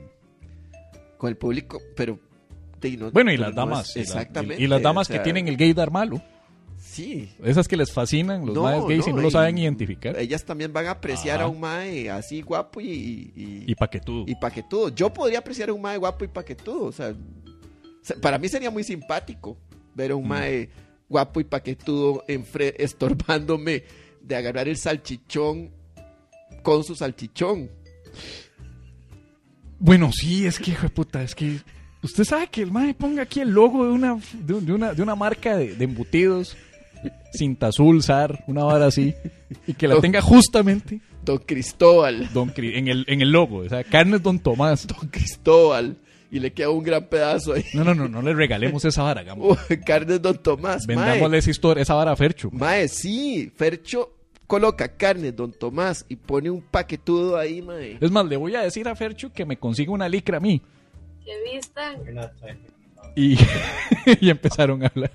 Speaker 2: Con el público, pero. de- no-
Speaker 1: Bueno, y las
Speaker 2: no
Speaker 1: damas.
Speaker 2: es-
Speaker 1: y la-
Speaker 2: Exactamente.
Speaker 1: Y, y las damas
Speaker 2: o sea,
Speaker 1: que tienen el gaydar malo.
Speaker 2: Sí.
Speaker 1: Esas que les fascinan los más gays y no lo
Speaker 2: y-
Speaker 1: saben identificar.
Speaker 2: Ellas también van a apreciar
Speaker 1: Ajá.
Speaker 2: a un mae así guapo y, y,
Speaker 1: y paquetudo.
Speaker 2: y paquetudo. Yo podría apreciar a un mae guapo y paquetudo. O sea, o sea, para mí sería muy simpático ver a
Speaker 1: Mm.
Speaker 2: un mae guapo y paquetudo enfre- estorbándome de agarrar el salchichón con su salchichón.
Speaker 1: Bueno, sí, es que, hijo de puta, es que. Usted sabe que el mae ponga aquí el logo de una, de, un- de una, de una marca de, de embutidos, cinta azul, zar, una vara así, y que la tenga justamente
Speaker 2: Don Cristóbal,
Speaker 1: don Cri- en, el, en el logo. O sea, carnes Don Tomás.
Speaker 2: Don Cristóbal. Y le queda un gran pedazo ahí.
Speaker 1: No, no, no, no le regalemos esa vara, hagamos-
Speaker 2: Uy, carnes Don Tomás. mae.
Speaker 1: Vendámosle esa historia, esa vara a Fercho.
Speaker 2: Mae, sí, Fercho coloca carne, don Tomás, y pone un paquetudo ahí, mae.
Speaker 1: Es más, le voy a decir a Fercho que me consiga una licra a mí.
Speaker 4: que vistan.
Speaker 1: Y, y empezaron a hablar.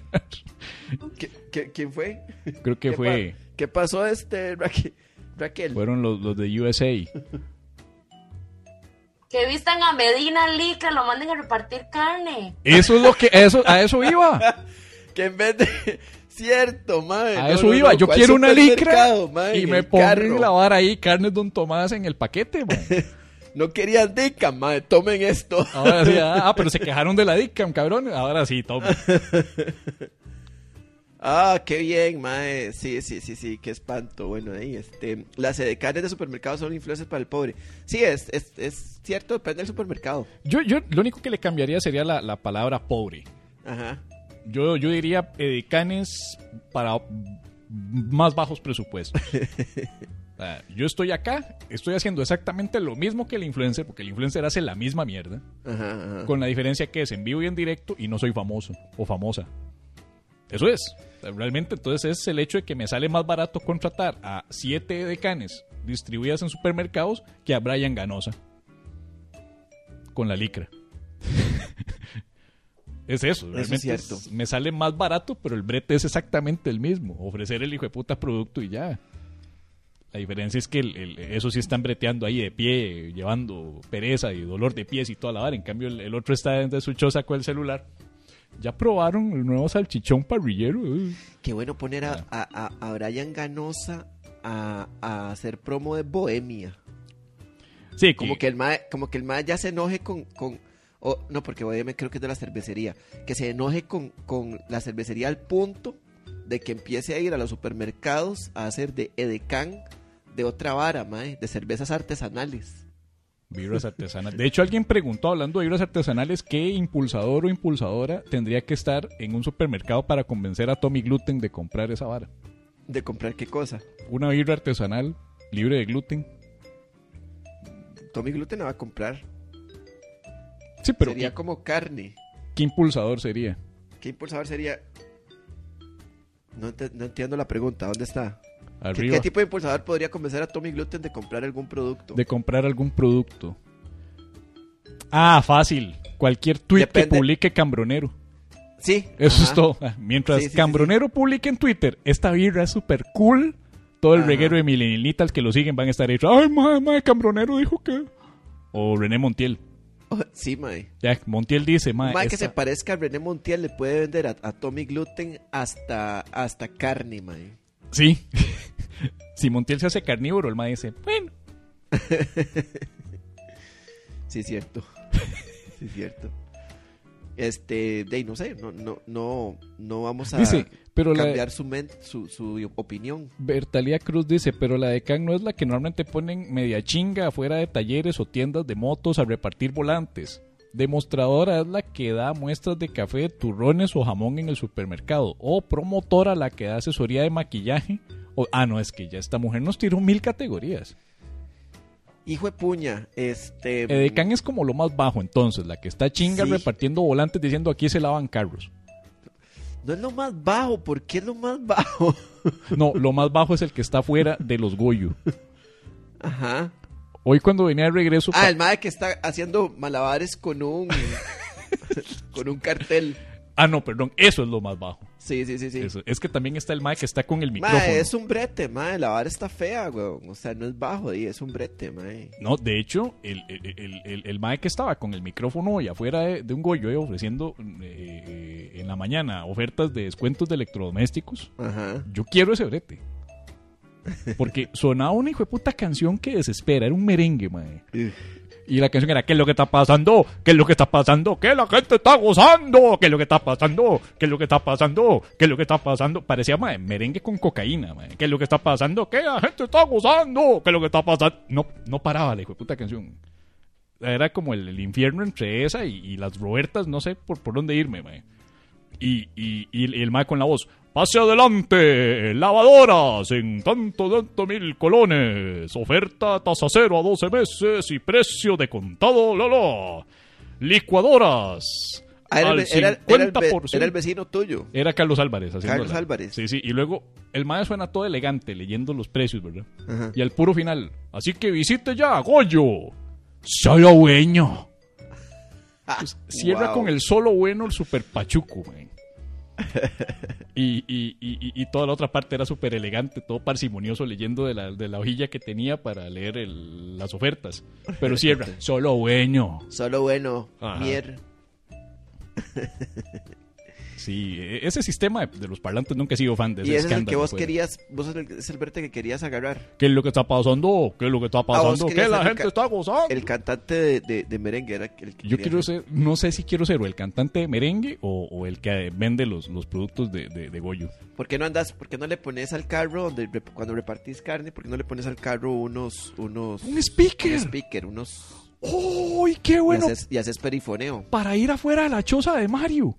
Speaker 2: ¿Qué- qué- quién fue?
Speaker 1: Creo que
Speaker 2: ¿Qué
Speaker 1: fue
Speaker 2: pa- ¿Qué pasó este Raque- Raquel?
Speaker 1: fueron los, los de USA.
Speaker 4: Que vistan a Medina Lica, lo manden a repartir carne.
Speaker 1: Eso es lo que eso a eso iba.
Speaker 2: Que en vez de... Cierto, mae.
Speaker 1: A
Speaker 2: no,
Speaker 1: eso
Speaker 2: no,
Speaker 1: iba.
Speaker 2: no,
Speaker 1: Yo
Speaker 2: ¿cuál
Speaker 1: quiero una licra
Speaker 2: supermercado, mae?
Speaker 1: y me
Speaker 2: El
Speaker 1: ponen
Speaker 2: carro.
Speaker 1: la vara ahí carnes Don Tomás en el paquete. man.
Speaker 2: No querían dica, mae. Tomen esto.
Speaker 1: Ahora sí, ah, ah, pero se quejaron de la DICAM, cabrón. Ahora sí, toma.
Speaker 2: Ah, qué bien, mae. Sí, sí, sí, sí, qué espanto. Bueno, ahí, este, las edecanes de supermercados son influencias para el pobre. Sí, es, es, es cierto, depende del supermercado.
Speaker 1: Yo, yo lo único que le cambiaría sería la, la palabra pobre.
Speaker 2: Ajá.
Speaker 1: Yo, yo diría edecanes para más bajos presupuestos. O sea, Yo estoy acá, estoy haciendo exactamente lo mismo que el influencer, porque el influencer hace la misma mierda.
Speaker 2: Ajá, ajá.
Speaker 1: Con la diferencia que es en vivo y en directo y no soy famoso o famosa. Eso es. O sea, Realmente, entonces es el hecho de que me sale más barato contratar a siete decanes distribuidas en supermercados que a Brian Ganosa. Con la licra. es eso. Realmente
Speaker 2: cierto.
Speaker 1: es- me sale más barato, pero el brete es exactamente el mismo. Ofrecer el hijo de puta producto y ya. La diferencia es que el- el- esos sí están breteando ahí de pie, llevando pereza y dolor de pies y toda la vara. En cambio, el, el otro está dentro de su choza con el celular. Ya probaron el nuevo salchichón parrillero. Uy.
Speaker 2: Qué bueno poner a, a, a- a Brian Ganosa a, a hacer promo de Bohemia.
Speaker 1: Sí,
Speaker 2: Como
Speaker 1: que,
Speaker 2: que el mae, como que el mae ya se enoje con, con o- no, porque Bohemia creo que es de la cervecería. Que se enoje con, con la cervecería al punto de que empiece a ir a los supermercados a hacer de Edecán de otra vara, mae, de cervezas artesanales.
Speaker 1: vibras artesanales. De hecho, alguien preguntó, hablando de vibras artesanales, qué impulsador o impulsadora tendría que estar en un supermercado para convencer a Tommy Gluten de comprar esa vara.
Speaker 2: ¿De comprar qué cosa?
Speaker 1: Una vibra artesanal libre de gluten.
Speaker 2: Tommy Gluten la va a comprar.
Speaker 1: Sí, pero
Speaker 2: sería
Speaker 1: ¿qué,
Speaker 2: como carne.
Speaker 1: qué impulsador sería?
Speaker 2: ¿Qué impulsador sería? No, ente- no entiendo la pregunta. ¿Dónde está? ¿Qué,
Speaker 1: Arriba.
Speaker 2: qué tipo de impulsador podría convencer a Tommy Gluten de comprar algún producto?
Speaker 1: de comprar algún producto. Ah, fácil. Cualquier tweet que
Speaker 2: Depende.
Speaker 1: publique Cambronero.
Speaker 2: Sí.
Speaker 1: Eso
Speaker 2: ajá.
Speaker 1: es todo. Ah, Mientras
Speaker 2: Sí, sí, sí,
Speaker 1: Cambronero publique en Twitter, esta birra es súper cool. Todo el
Speaker 2: Ajá.
Speaker 1: reguero de milenitas que lo siguen van a estar ahí. Ay, madre, madre, Cambronero dijo que. O René Montiel.
Speaker 2: Oh, Sí, mae.
Speaker 1: Ya, Montiel dice,
Speaker 2: Un
Speaker 1: madre.
Speaker 2: mae que
Speaker 1: esta-
Speaker 2: se parezca a René Montiel le puede vender a, a Tommy Gluten hasta, hasta carne, mae.
Speaker 1: Sí. si Montiel se hace carnívoro, el madre dice, bueno.
Speaker 2: Sí, cierto. sí, cierto. Este, de ahí, no sé, no, no, no, no vamos a
Speaker 1: Dice, pero la-
Speaker 2: cambiar su, men- su, su opinión.
Speaker 1: Bertalía Cruz dice, pero la de Can no es la que normalmente ponen media chinga afuera de talleres o tiendas de motos a repartir volantes. Demostradora es la que da muestras de café, turrones o jamón en el supermercado. O promotora la que da asesoría de maquillaje O- ah, no, es que ya esta mujer nos tiró mil categorías.
Speaker 2: Hijo de puña, este...
Speaker 1: Edecán es como lo más bajo, entonces, la que está chinga
Speaker 2: Sí.
Speaker 1: repartiendo volantes diciendo aquí se lavan carros.
Speaker 2: No es lo más bajo, ¿por qué es lo más bajo?
Speaker 1: No, lo más bajo es el que está fuera de los Goyo.
Speaker 2: Ajá.
Speaker 1: Hoy cuando venía de regreso...
Speaker 2: Ah,
Speaker 1: pa-
Speaker 2: el madre que está haciendo malabares con un... con un cartel.
Speaker 1: Ah, no, perdón, eso es lo más bajo.
Speaker 2: Sí, sí, sí, sí.
Speaker 1: Eso. Es que también está el mae que está con el micrófono.
Speaker 2: Mae, es un brete, mae. La vara está fea, weón. O sea, no es bajo, di, es un brete, mae.
Speaker 1: No, de hecho, el, el, el- el- el mae que estaba con el micrófono y afuera de, de un Goyo eh, ofreciendo eh, eh, en la mañana ofertas de descuentos de electrodomésticos,
Speaker 2: Ajá.
Speaker 1: yo quiero ese brete. Porque sonaba una hijo de puta canción que desespera, era un merengue, mae.
Speaker 2: Ugh.
Speaker 1: Y la canción era, ¿qué es lo que está pasando? ¿Qué es lo que está pasando? ¿Qué la gente está gozando? ¿Qué es lo que está pasando? ¿Qué es lo que está pasando? ¿Qué es lo que está pasando? Parecía mae, merengue con cocaína, mae. ¿Qué es lo que está pasando? ¿Qué la gente está gozando? ¿Qué es lo que está pasando? No, no paraba la hijo de puta canción. Era como el, el infierno entre esa y, y las Robertas, no sé por, por dónde irme, mae. Y, y, y el- el mae con la voz, pase adelante, lavadoras en tanto, tanto mil colones, oferta tasa cero a 12 meses y precio de contado, la, la. Licuadoras
Speaker 2: Ah, era,
Speaker 1: al
Speaker 2: el ve- era- era el, ve-
Speaker 1: 50%.
Speaker 2: era el vecino tuyo.
Speaker 1: Era Carlos Álvarez. haciendo
Speaker 2: Carlos
Speaker 1: la-
Speaker 2: Álvarez.
Speaker 1: Sí, sí. Y luego el mae suena todo elegante leyendo los precios, ¿verdad?
Speaker 2: Ajá.
Speaker 1: Y al puro final. Así que visite ya, Goyo. Solo bueno.
Speaker 2: Ah,
Speaker 1: Pues, cierra
Speaker 2: wow.
Speaker 1: con el solo bueno el super pachuco, man. Y, y, y- y- y toda la otra parte era súper elegante, todo parsimonioso leyendo de la, de la hojilla que tenía para leer el- las ofertas. Pero cierra, solo bueno.
Speaker 2: Solo bueno,
Speaker 1: Ajá.
Speaker 2: mier.
Speaker 1: Sí, e- ese sistema de, de los parlantes nunca he sido fan de ese
Speaker 2: Y ese es el
Speaker 1: escándalo,
Speaker 2: que vos
Speaker 1: pues.
Speaker 2: querías, vos es el, es el brete que querías agarrar.
Speaker 1: ¿Qué es lo que está pasando? ¿Qué es lo que está pasando?
Speaker 2: querías
Speaker 1: ¿Qué la
Speaker 2: ser
Speaker 1: gente
Speaker 2: ca-
Speaker 1: está gozando?
Speaker 2: El cantante de, de- de merengue era el que
Speaker 1: Yo
Speaker 2: querías
Speaker 1: quiero
Speaker 2: hacer.
Speaker 1: ser, no sé si quiero ser o el cantante de merengue o, o el que vende los, los productos de, de, de Goyo.
Speaker 2: ¿Por qué no andas, por qué no le pones al carro donde rep- cuando repartís carne, por qué no le pones al carro unos, unos
Speaker 1: ¡Un speaker!
Speaker 2: un speaker, unos
Speaker 1: ¡Uy, qué bueno!
Speaker 2: y, haces, y haces perifoneo?
Speaker 1: Para ir afuera de la choza de Mario.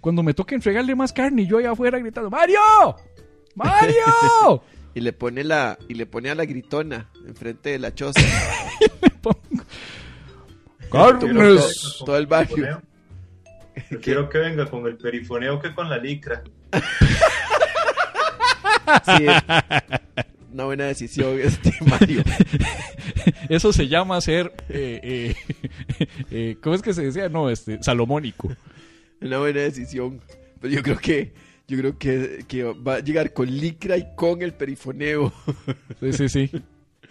Speaker 1: Cuando me toque entregarle más carne y yo allá afuera gritando, ¡Mario! ¡Mario!
Speaker 2: Y le pone la, y le pone a la gritona enfrente de la choza.
Speaker 1: ¡Carnes!
Speaker 2: todo el barrio.
Speaker 3: Yo quiero pues, que venga con el perifoneo que con la licra.
Speaker 2: Sí, es una buena decisión este Mario.
Speaker 1: Eso se llama ser. eh, eh, eh, ¿Cómo es que se decía? No, este, salomónico.
Speaker 2: Una buena decisión. Pero yo creo que, yo creo que, que va a llegar con licra y con el perifoneo.
Speaker 1: Sí, sí, sí.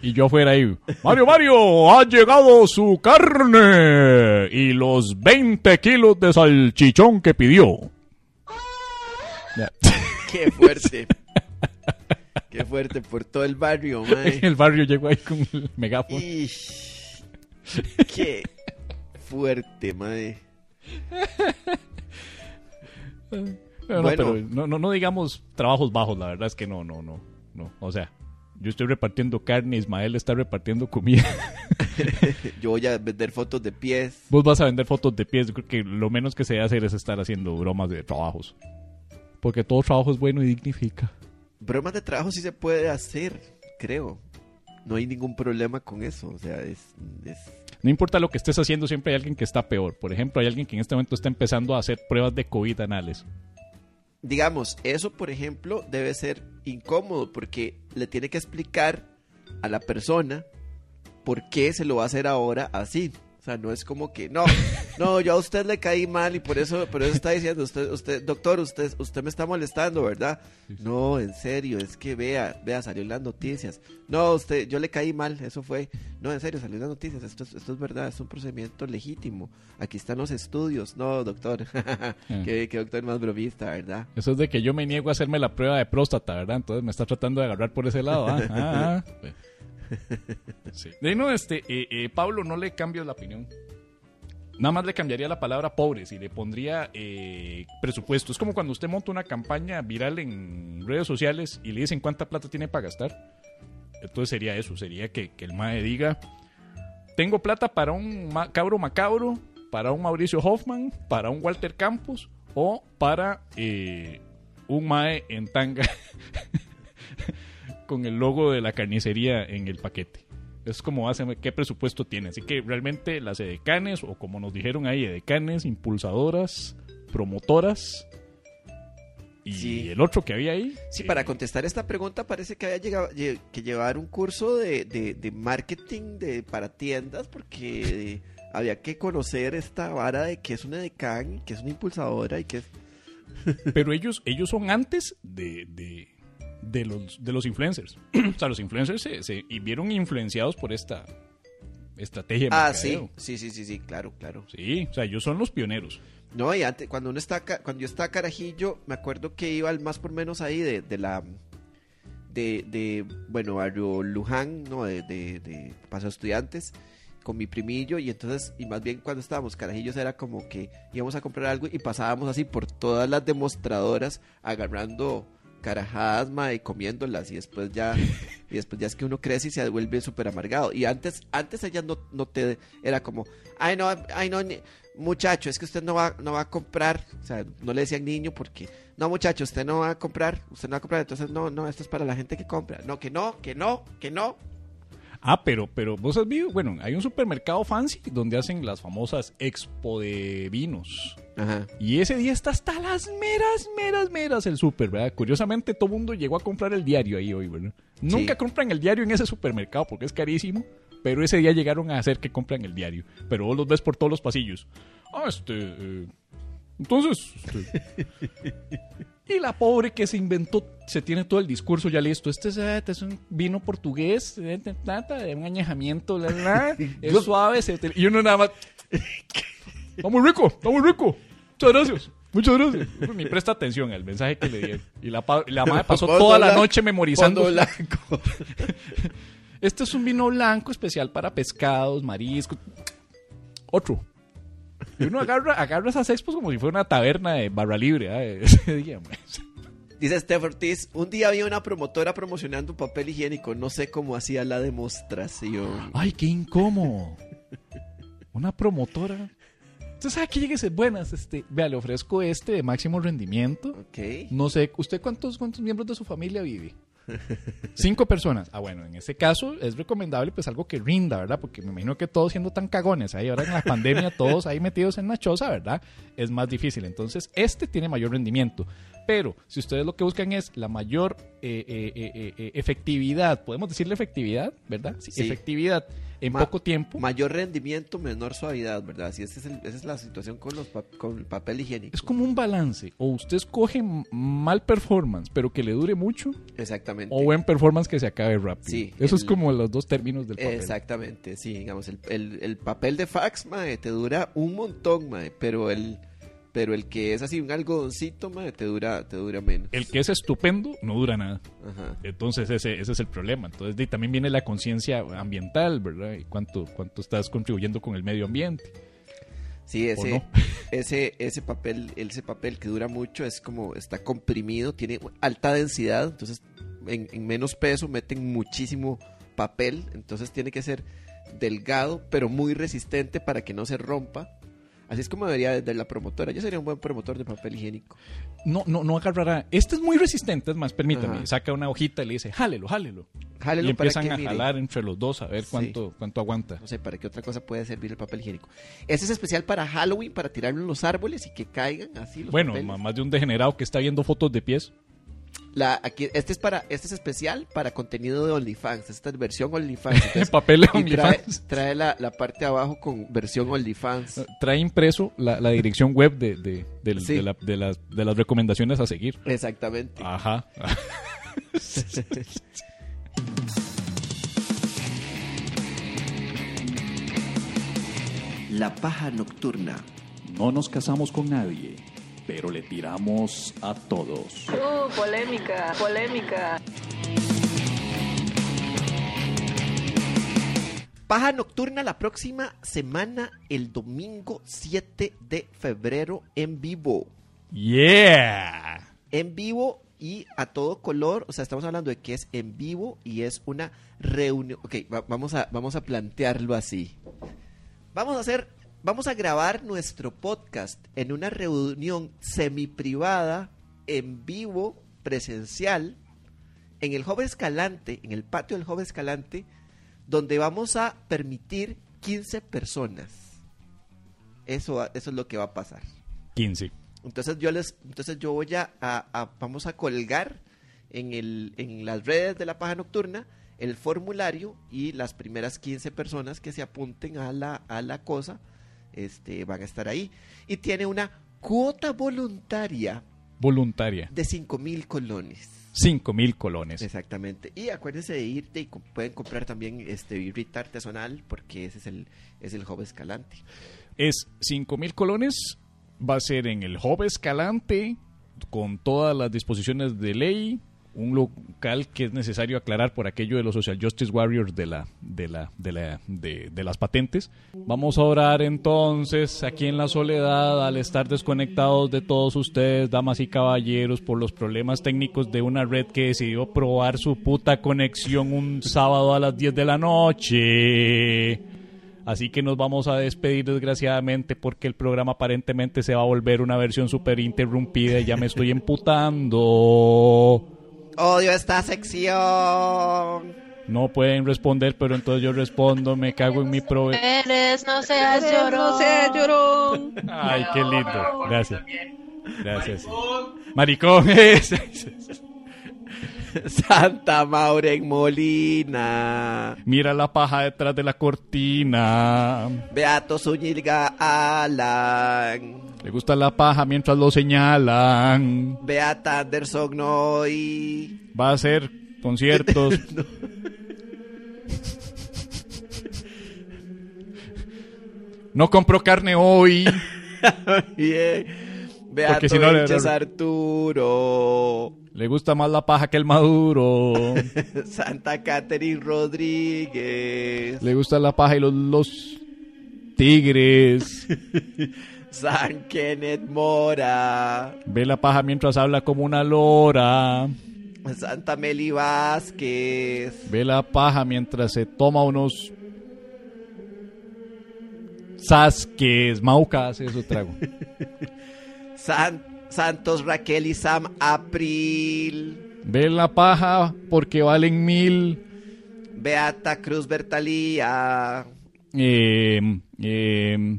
Speaker 1: Y yo afuera ahí, Mario, Mario, ha llegado su carne y los 20 kilos de salchichón que pidió. Ya.
Speaker 2: Qué fuerte. Qué fuerte por todo el barrio,
Speaker 1: En
Speaker 2: mae.
Speaker 1: el barrio llegó ahí con el megáfono.
Speaker 2: Ish. Qué fuerte, mae.
Speaker 1: No, no,
Speaker 2: bueno.
Speaker 1: pero no, no, no digamos trabajos bajos, la verdad es que no, no, no, no. O sea, yo estoy repartiendo carne, Ismael está repartiendo comida.
Speaker 2: Yo voy a vender fotos de pies.
Speaker 1: Vos vas a vender fotos de pies, yo creo que lo menos que se debe hacer es estar haciendo bromas de trabajos. Porque todo trabajo es bueno y dignifica.
Speaker 2: Bromas de trabajo sí se puede hacer, creo. No hay ningún problema con eso. O sea, es- es
Speaker 1: No importa lo que estés haciendo, siempre hay alguien que está peor. Por ejemplo, hay alguien que en este momento está empezando a hacer pruebas de COVID anales.
Speaker 2: digamos, eso por ejemplo debe ser incómodo porque le tiene que explicar a la persona por qué se lo va a hacer ahora así. O sea, no es como que, no, no, yo a usted le caí mal y por eso, por eso está diciendo, usted, usted, doctor, usted, usted me está molestando, ¿verdad? No, en serio, es que vea, vea, salió en las noticias. No, usted, yo le caí mal, eso fue. No, en serio, salió en las noticias, esto, es- esto es verdad, es un procedimiento legítimo. Aquí están los estudios. No, doctor, qué, qué doctor más bromista, ¿verdad?
Speaker 1: Eso es de que yo me niego a hacerme la prueba de próstata, ¿verdad? Entonces me está tratando de agarrar por ese lado. Ah, ah, ah. Sí. De ahí no, este, eh, eh, Pablo, no le cambio la opinión. Nada más le cambiaría la palabra pobres y le pondría eh, presupuesto. Es como cuando usted monta una campaña viral en redes sociales y le dicen cuánta plata tiene para gastar. Entonces sería eso, sería que, que el MAE diga, tengo plata para un ma- cabro macabro, para un Mauricio Hoffman, para un Walter Campos o para eh, un Mae en tanga con el logo de la carnicería en el paquete. Es como hacen, qué presupuesto tiene. Así que realmente las edecanes, o como nos dijeron ahí, edecanes, impulsadoras, promotoras. Y
Speaker 2: Sí.
Speaker 1: el otro que había ahí.
Speaker 2: Sí,
Speaker 1: eh,
Speaker 2: para contestar esta pregunta parece que había llegado, lle- que llevar un curso de, de- de marketing de, para tiendas porque había que conocer esta vara de que es una decán, que es una impulsadora y que es...
Speaker 1: Pero ellos, ellos son antes de, de, de los, de los influencers. o sea, los influencers se, se y vieron influenciados por esta estrategia. de
Speaker 2: Ah, sí,
Speaker 1: mercadeo.
Speaker 2: sí, sí, sí, sí, claro, claro.
Speaker 1: Sí, o sea, ellos son los pioneros.
Speaker 2: No, y antes, cuando uno está ca- cuando yo estaba carajillo, me acuerdo que iba al más por menos ahí de, de la de, de bueno, barrio Luján, no, de, de, de Paseo Estudiantes, con mi primillo, y entonces, y más bien cuando estábamos carajillos era como que íbamos a comprar algo y pasábamos así por todas las demostradoras agarrando carajadas ma, y comiéndolas y después ya y después ya es que uno crece y se vuelve súper amargado y antes antes ella no, no te era como ay no ay no ni- muchacho es que usted no va no va a comprar o sea no le decían niño porque no muchacho usted no va a comprar usted no va a comprar entonces no no esto es para la gente que compra no que no que no que no
Speaker 1: Ah, pero, pero vos has visto, bueno, hay un supermercado fancy donde hacen las famosas expo de vinos.
Speaker 2: ajá
Speaker 1: Y ese día está hasta las meras, meras, meras el super, ¿verdad? Curiosamente, todo mundo llegó a comprar el diario ahí hoy, ¿verdad? Nunca compran el diario en ese supermercado porque es carísimo, pero ese día llegaron a hacer que compran el diario. Pero vos los ves por todos los pasillos. Ah, este. eh, entonces. este. y la pobre que se inventó, se tiene todo el discurso ya listo. Este es, eh, este es un vino portugués, eh, ta, ta, ta, de un añejamiento, la, la, es suave. se te- Y uno nada más. Está muy rico, está muy rico. Muchas gracias. Muchas gracias. Pues Ni presta atención al mensaje que le dieron. Y la, pa- la madre pasó
Speaker 2: Fondo
Speaker 1: toda la
Speaker 2: blan-
Speaker 1: noche memorizando.
Speaker 2: fondo blanco
Speaker 1: Este es un vino blanco especial para pescados, mariscos. Otro. Y uno agarra, agarra esas expos como si fuera una taberna de barra libre. ¿eh? Ese día, man.
Speaker 2: Dice Steph Ortiz, un día había una promotora promocionando un papel higiénico, no sé cómo hacía la demostración.
Speaker 1: Ay, qué incómodo. Una promotora. Usted sabe que llegues buenas. Este, vea, le ofrezco este de máximo rendimiento.
Speaker 2: Ok.
Speaker 1: No sé, ¿usted cuántos, cuántos miembros de su familia vive? Cinco personas. Ah, bueno, en ese caso es recomendable pues algo que rinda, ¿verdad? Porque me imagino que todos siendo tan cagones ahí ahora en la pandemia, todos ahí metidos en la choza, ¿verdad? Es más difícil. Entonces, este tiene mayor rendimiento. Pero si ustedes lo que buscan es la mayor eh, eh, eh, eh, eh, efectividad, podemos decirle efectividad, ¿verdad? Sí,
Speaker 2: Sí.
Speaker 1: efectividad en
Speaker 2: Ma-
Speaker 1: poco tiempo.
Speaker 2: Mayor rendimiento, menor suavidad, ¿verdad? Si esa es, el- esa es la situación con, los pa- con el papel higiénico.
Speaker 1: es como un balance. O usted escoge m- mal performance, pero que le dure mucho,
Speaker 2: Exactamente.
Speaker 1: O buen performance que se acabe rápido.
Speaker 2: Sí,
Speaker 1: Eso es
Speaker 2: el-
Speaker 1: como los dos términos del papel.
Speaker 2: Exactamente, sí, digamos, el, el- el papel de fax, mae, te dura un montón, mae, pero el, pero el que es así un algodoncito, mae, te dura, te dura menos.
Speaker 1: El que es estupendo no dura nada.
Speaker 2: Ajá.
Speaker 1: Entonces ese, ese es el problema. Entonces de ahí también viene la conciencia ambiental, ¿verdad? Y cuánto, cuánto estás contribuyendo con el medio ambiente.
Speaker 2: Sí, ese,
Speaker 1: no?
Speaker 2: ese, ese papel, ese papel que dura mucho es como está comprimido, tiene alta densidad, entonces en, en menos peso meten muchísimo papel, entonces tiene que ser delgado pero muy resistente para que no se rompa. Así es como debería de la promotora. Yo sería un buen promotor de papel higiénico.
Speaker 1: No, no, no agarrará. Este es muy resistente, es más, permítame.
Speaker 2: Ajá.
Speaker 1: Saca una hojita y le dice, jálelo, jálelo.
Speaker 2: Jálelo
Speaker 1: y
Speaker 2: para
Speaker 1: empiezan
Speaker 2: que
Speaker 1: a
Speaker 2: mire.
Speaker 1: jalar entre los dos a ver
Speaker 2: Sí.
Speaker 1: cuánto, cuánto aguanta.
Speaker 2: No sé para qué otra cosa puede servir el papel higiénico. Este es especial para Halloween, para tirarlo en los árboles y que caigan así los
Speaker 1: Bueno,
Speaker 2: papeles.
Speaker 1: ma- más de un degenerado que está viendo fotos de pies.
Speaker 2: La, aquí, este es para, este es especial para contenido de OnlyFans. Esta es versión OnlyFans.
Speaker 1: En
Speaker 2: Entonces,
Speaker 1: papel de
Speaker 2: y trae,
Speaker 1: OnlyFans.
Speaker 2: trae la, la parte de abajo con versión OnlyFans.
Speaker 1: Trae impreso la, la dirección web de, de- del-
Speaker 2: Sí.
Speaker 1: de la- de las, de las recomendaciones a seguir.
Speaker 2: Exactamente.
Speaker 1: Ajá.
Speaker 5: La paja nocturna.
Speaker 7: No nos casamos con nadie, pero le tiramos a todos.
Speaker 6: Uh, polémica, polémica.
Speaker 2: Paja nocturna la próxima semana, el domingo 7 de febrero, en vivo.
Speaker 1: Yeah.
Speaker 2: En vivo y a todo color. O sea, estamos hablando de que es en vivo y es una reunión. Ok, va- vamos, a, vamos a plantearlo así. Vamos a hacer, vamos a grabar nuestro podcast en una reunión semiprivada, en vivo, presencial, en el Joven Escalante, en el patio del Joven Escalante, donde vamos a permitir 15 personas. Eso, va- eso es lo que va a pasar.
Speaker 1: 15.
Speaker 2: Entonces yo les, entonces yo voy a, a- a- vamos a colgar en el, en las redes de la paja nocturna el formulario y las primeras 15 personas que se apunten a la, a la cosa, este, van a estar ahí. Y tiene una cuota voluntaria
Speaker 1: Voluntaria.
Speaker 2: de 5 mil colones.
Speaker 1: 5 mil colones.
Speaker 2: Exactamente. Y acuérdense de irte y co- pueden comprar también este birrita artesanal porque ese es el, es el joven escalante.
Speaker 1: Es 5 mil colones. Va a ser en el Hub Escalante, con todas las disposiciones de ley. Un local que es necesario aclarar por aquello de los Social Justice Warriors de, la, de, la, de, la, de, de las patentes. Vamos a orar entonces aquí en la soledad, al estar desconectados de todos ustedes, damas y caballeros, por los problemas técnicos de una red que decidió probar su puta conexión un sábado a las 10 de la noche. Así que nos vamos a despedir desgraciadamente porque el programa aparentemente se va a volver una versión súper interrumpida y ya me estoy emputando.
Speaker 2: Odio esta sección.
Speaker 1: No pueden responder, pero entonces yo respondo, me cago en mi prove...
Speaker 8: Eres, no seas llorón.
Speaker 6: No sea llorón.
Speaker 1: Ay, qué lindo. Gracias. Gracias. Maricón. es-
Speaker 2: Santa Maureen Molina.
Speaker 1: Mira la paja detrás de la cortina.
Speaker 2: Beato Zúñiga Alan.
Speaker 1: Le gusta la paja mientras lo señalan.
Speaker 2: Beata Anderson Noy.
Speaker 1: Va a hacer conciertos. No compró carne hoy.
Speaker 2: Bien. Beato
Speaker 1: si no le-
Speaker 2: Vilches Arturo.
Speaker 1: Le gusta más la paja que el maduro.
Speaker 2: Santa Catherine Rodríguez.
Speaker 1: Le gusta la paja y los, los tigres.
Speaker 2: San Kenneth Mora.
Speaker 1: Ve la paja mientras habla como una lora.
Speaker 2: Santa Meli Vázquez.
Speaker 1: Ve la paja mientras se toma unos sasques, maucas, eso trago.
Speaker 2: San- Santos Raquel y Sam April.
Speaker 1: Ve la paja porque valen mil.
Speaker 2: Beata Cruz Bertalía.
Speaker 1: Eh, eh,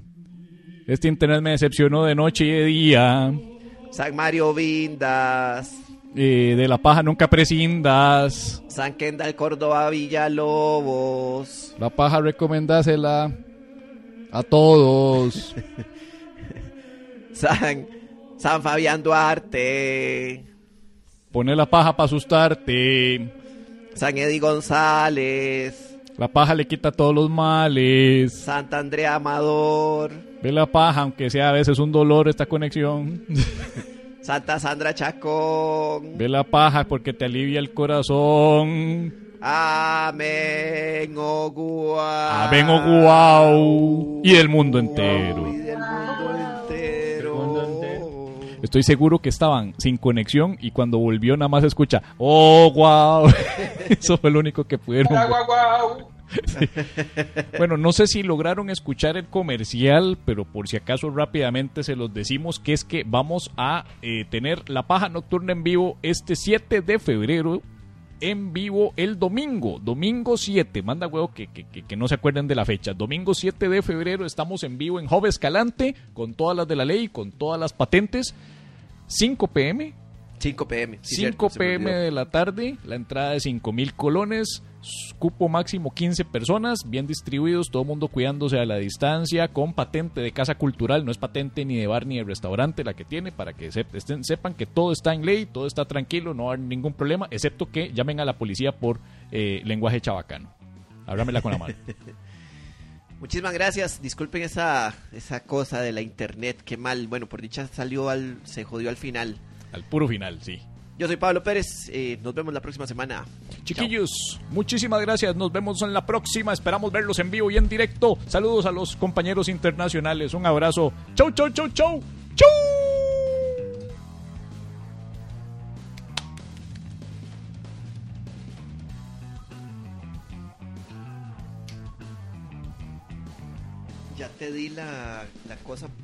Speaker 1: este internet me decepcionó de noche y de día.
Speaker 2: San Mario Vindas.
Speaker 1: Eh, de la paja nunca prescindas.
Speaker 2: San Kendall Córdoba Villalobos,
Speaker 1: La paja recomendásela a todos.
Speaker 2: San, San Fabián Duarte,
Speaker 1: Pone la paja para asustarte.
Speaker 2: San Eddie González,
Speaker 1: La paja le quita todos los males.
Speaker 2: Santa Andrea Amador,
Speaker 1: Ve la paja, aunque sea a veces un dolor esta conexión.
Speaker 2: Santa Sandra Chacón.
Speaker 1: Ve la paja porque te alivia el corazón.
Speaker 2: Amén, Ogua.
Speaker 1: Amén, Oguau. Y del mundo entero.
Speaker 2: Y del mundo entero.
Speaker 3: mundo entero.
Speaker 1: Estoy seguro que estaban sin conexión y cuando volvió nada más escucha, oh, wow. Eso fue lo único que pudieron. ver. Sí. Bueno, no sé si lograron escuchar el comercial, pero por si acaso rápidamente se los decimos que es que vamos a eh, tener la paja nocturna en vivo este 7 de febrero. En vivo el domingo, domingo 7. Manda huevo que, que- que- que no se acuerden de la fecha. Domingo 7 de febrero estamos en vivo en Jove Escalante, con todas las de la ley, con todas las patentes. 5 pm,
Speaker 2: 5 pm. sí,
Speaker 1: 5
Speaker 2: cierto, se me
Speaker 1: pm
Speaker 2: olvidó.
Speaker 1: de la tarde, la entrada de 5 mil colones, s- cupo máximo 15 personas, bien distribuidos, todo el mundo cuidándose a la distancia, con patente de casa cultural, no es patente ni de bar ni de restaurante la que tiene, para que sep- estén- sepan que todo está en ley, todo está tranquilo, no hay ningún problema, excepto que llamen a la policía por eh, lenguaje chabacano. Háblamela con la mano.
Speaker 2: Muchísimas gracias. Disculpen esa, esa cosa de la internet. Qué mal. Bueno, por dicha salió al. Se jodió al final.
Speaker 1: Al puro final, sí.
Speaker 2: Yo soy Pablo Pérez, eh, nos vemos la próxima semana.
Speaker 1: Chiquillos, muchísimas gracias. Nos vemos en la próxima. Esperamos verlos en vivo y en directo. Saludos a los compañeros internacionales. Un abrazo. Chau, chau, chau, chau. Chau.
Speaker 2: Ya te di la, la cosa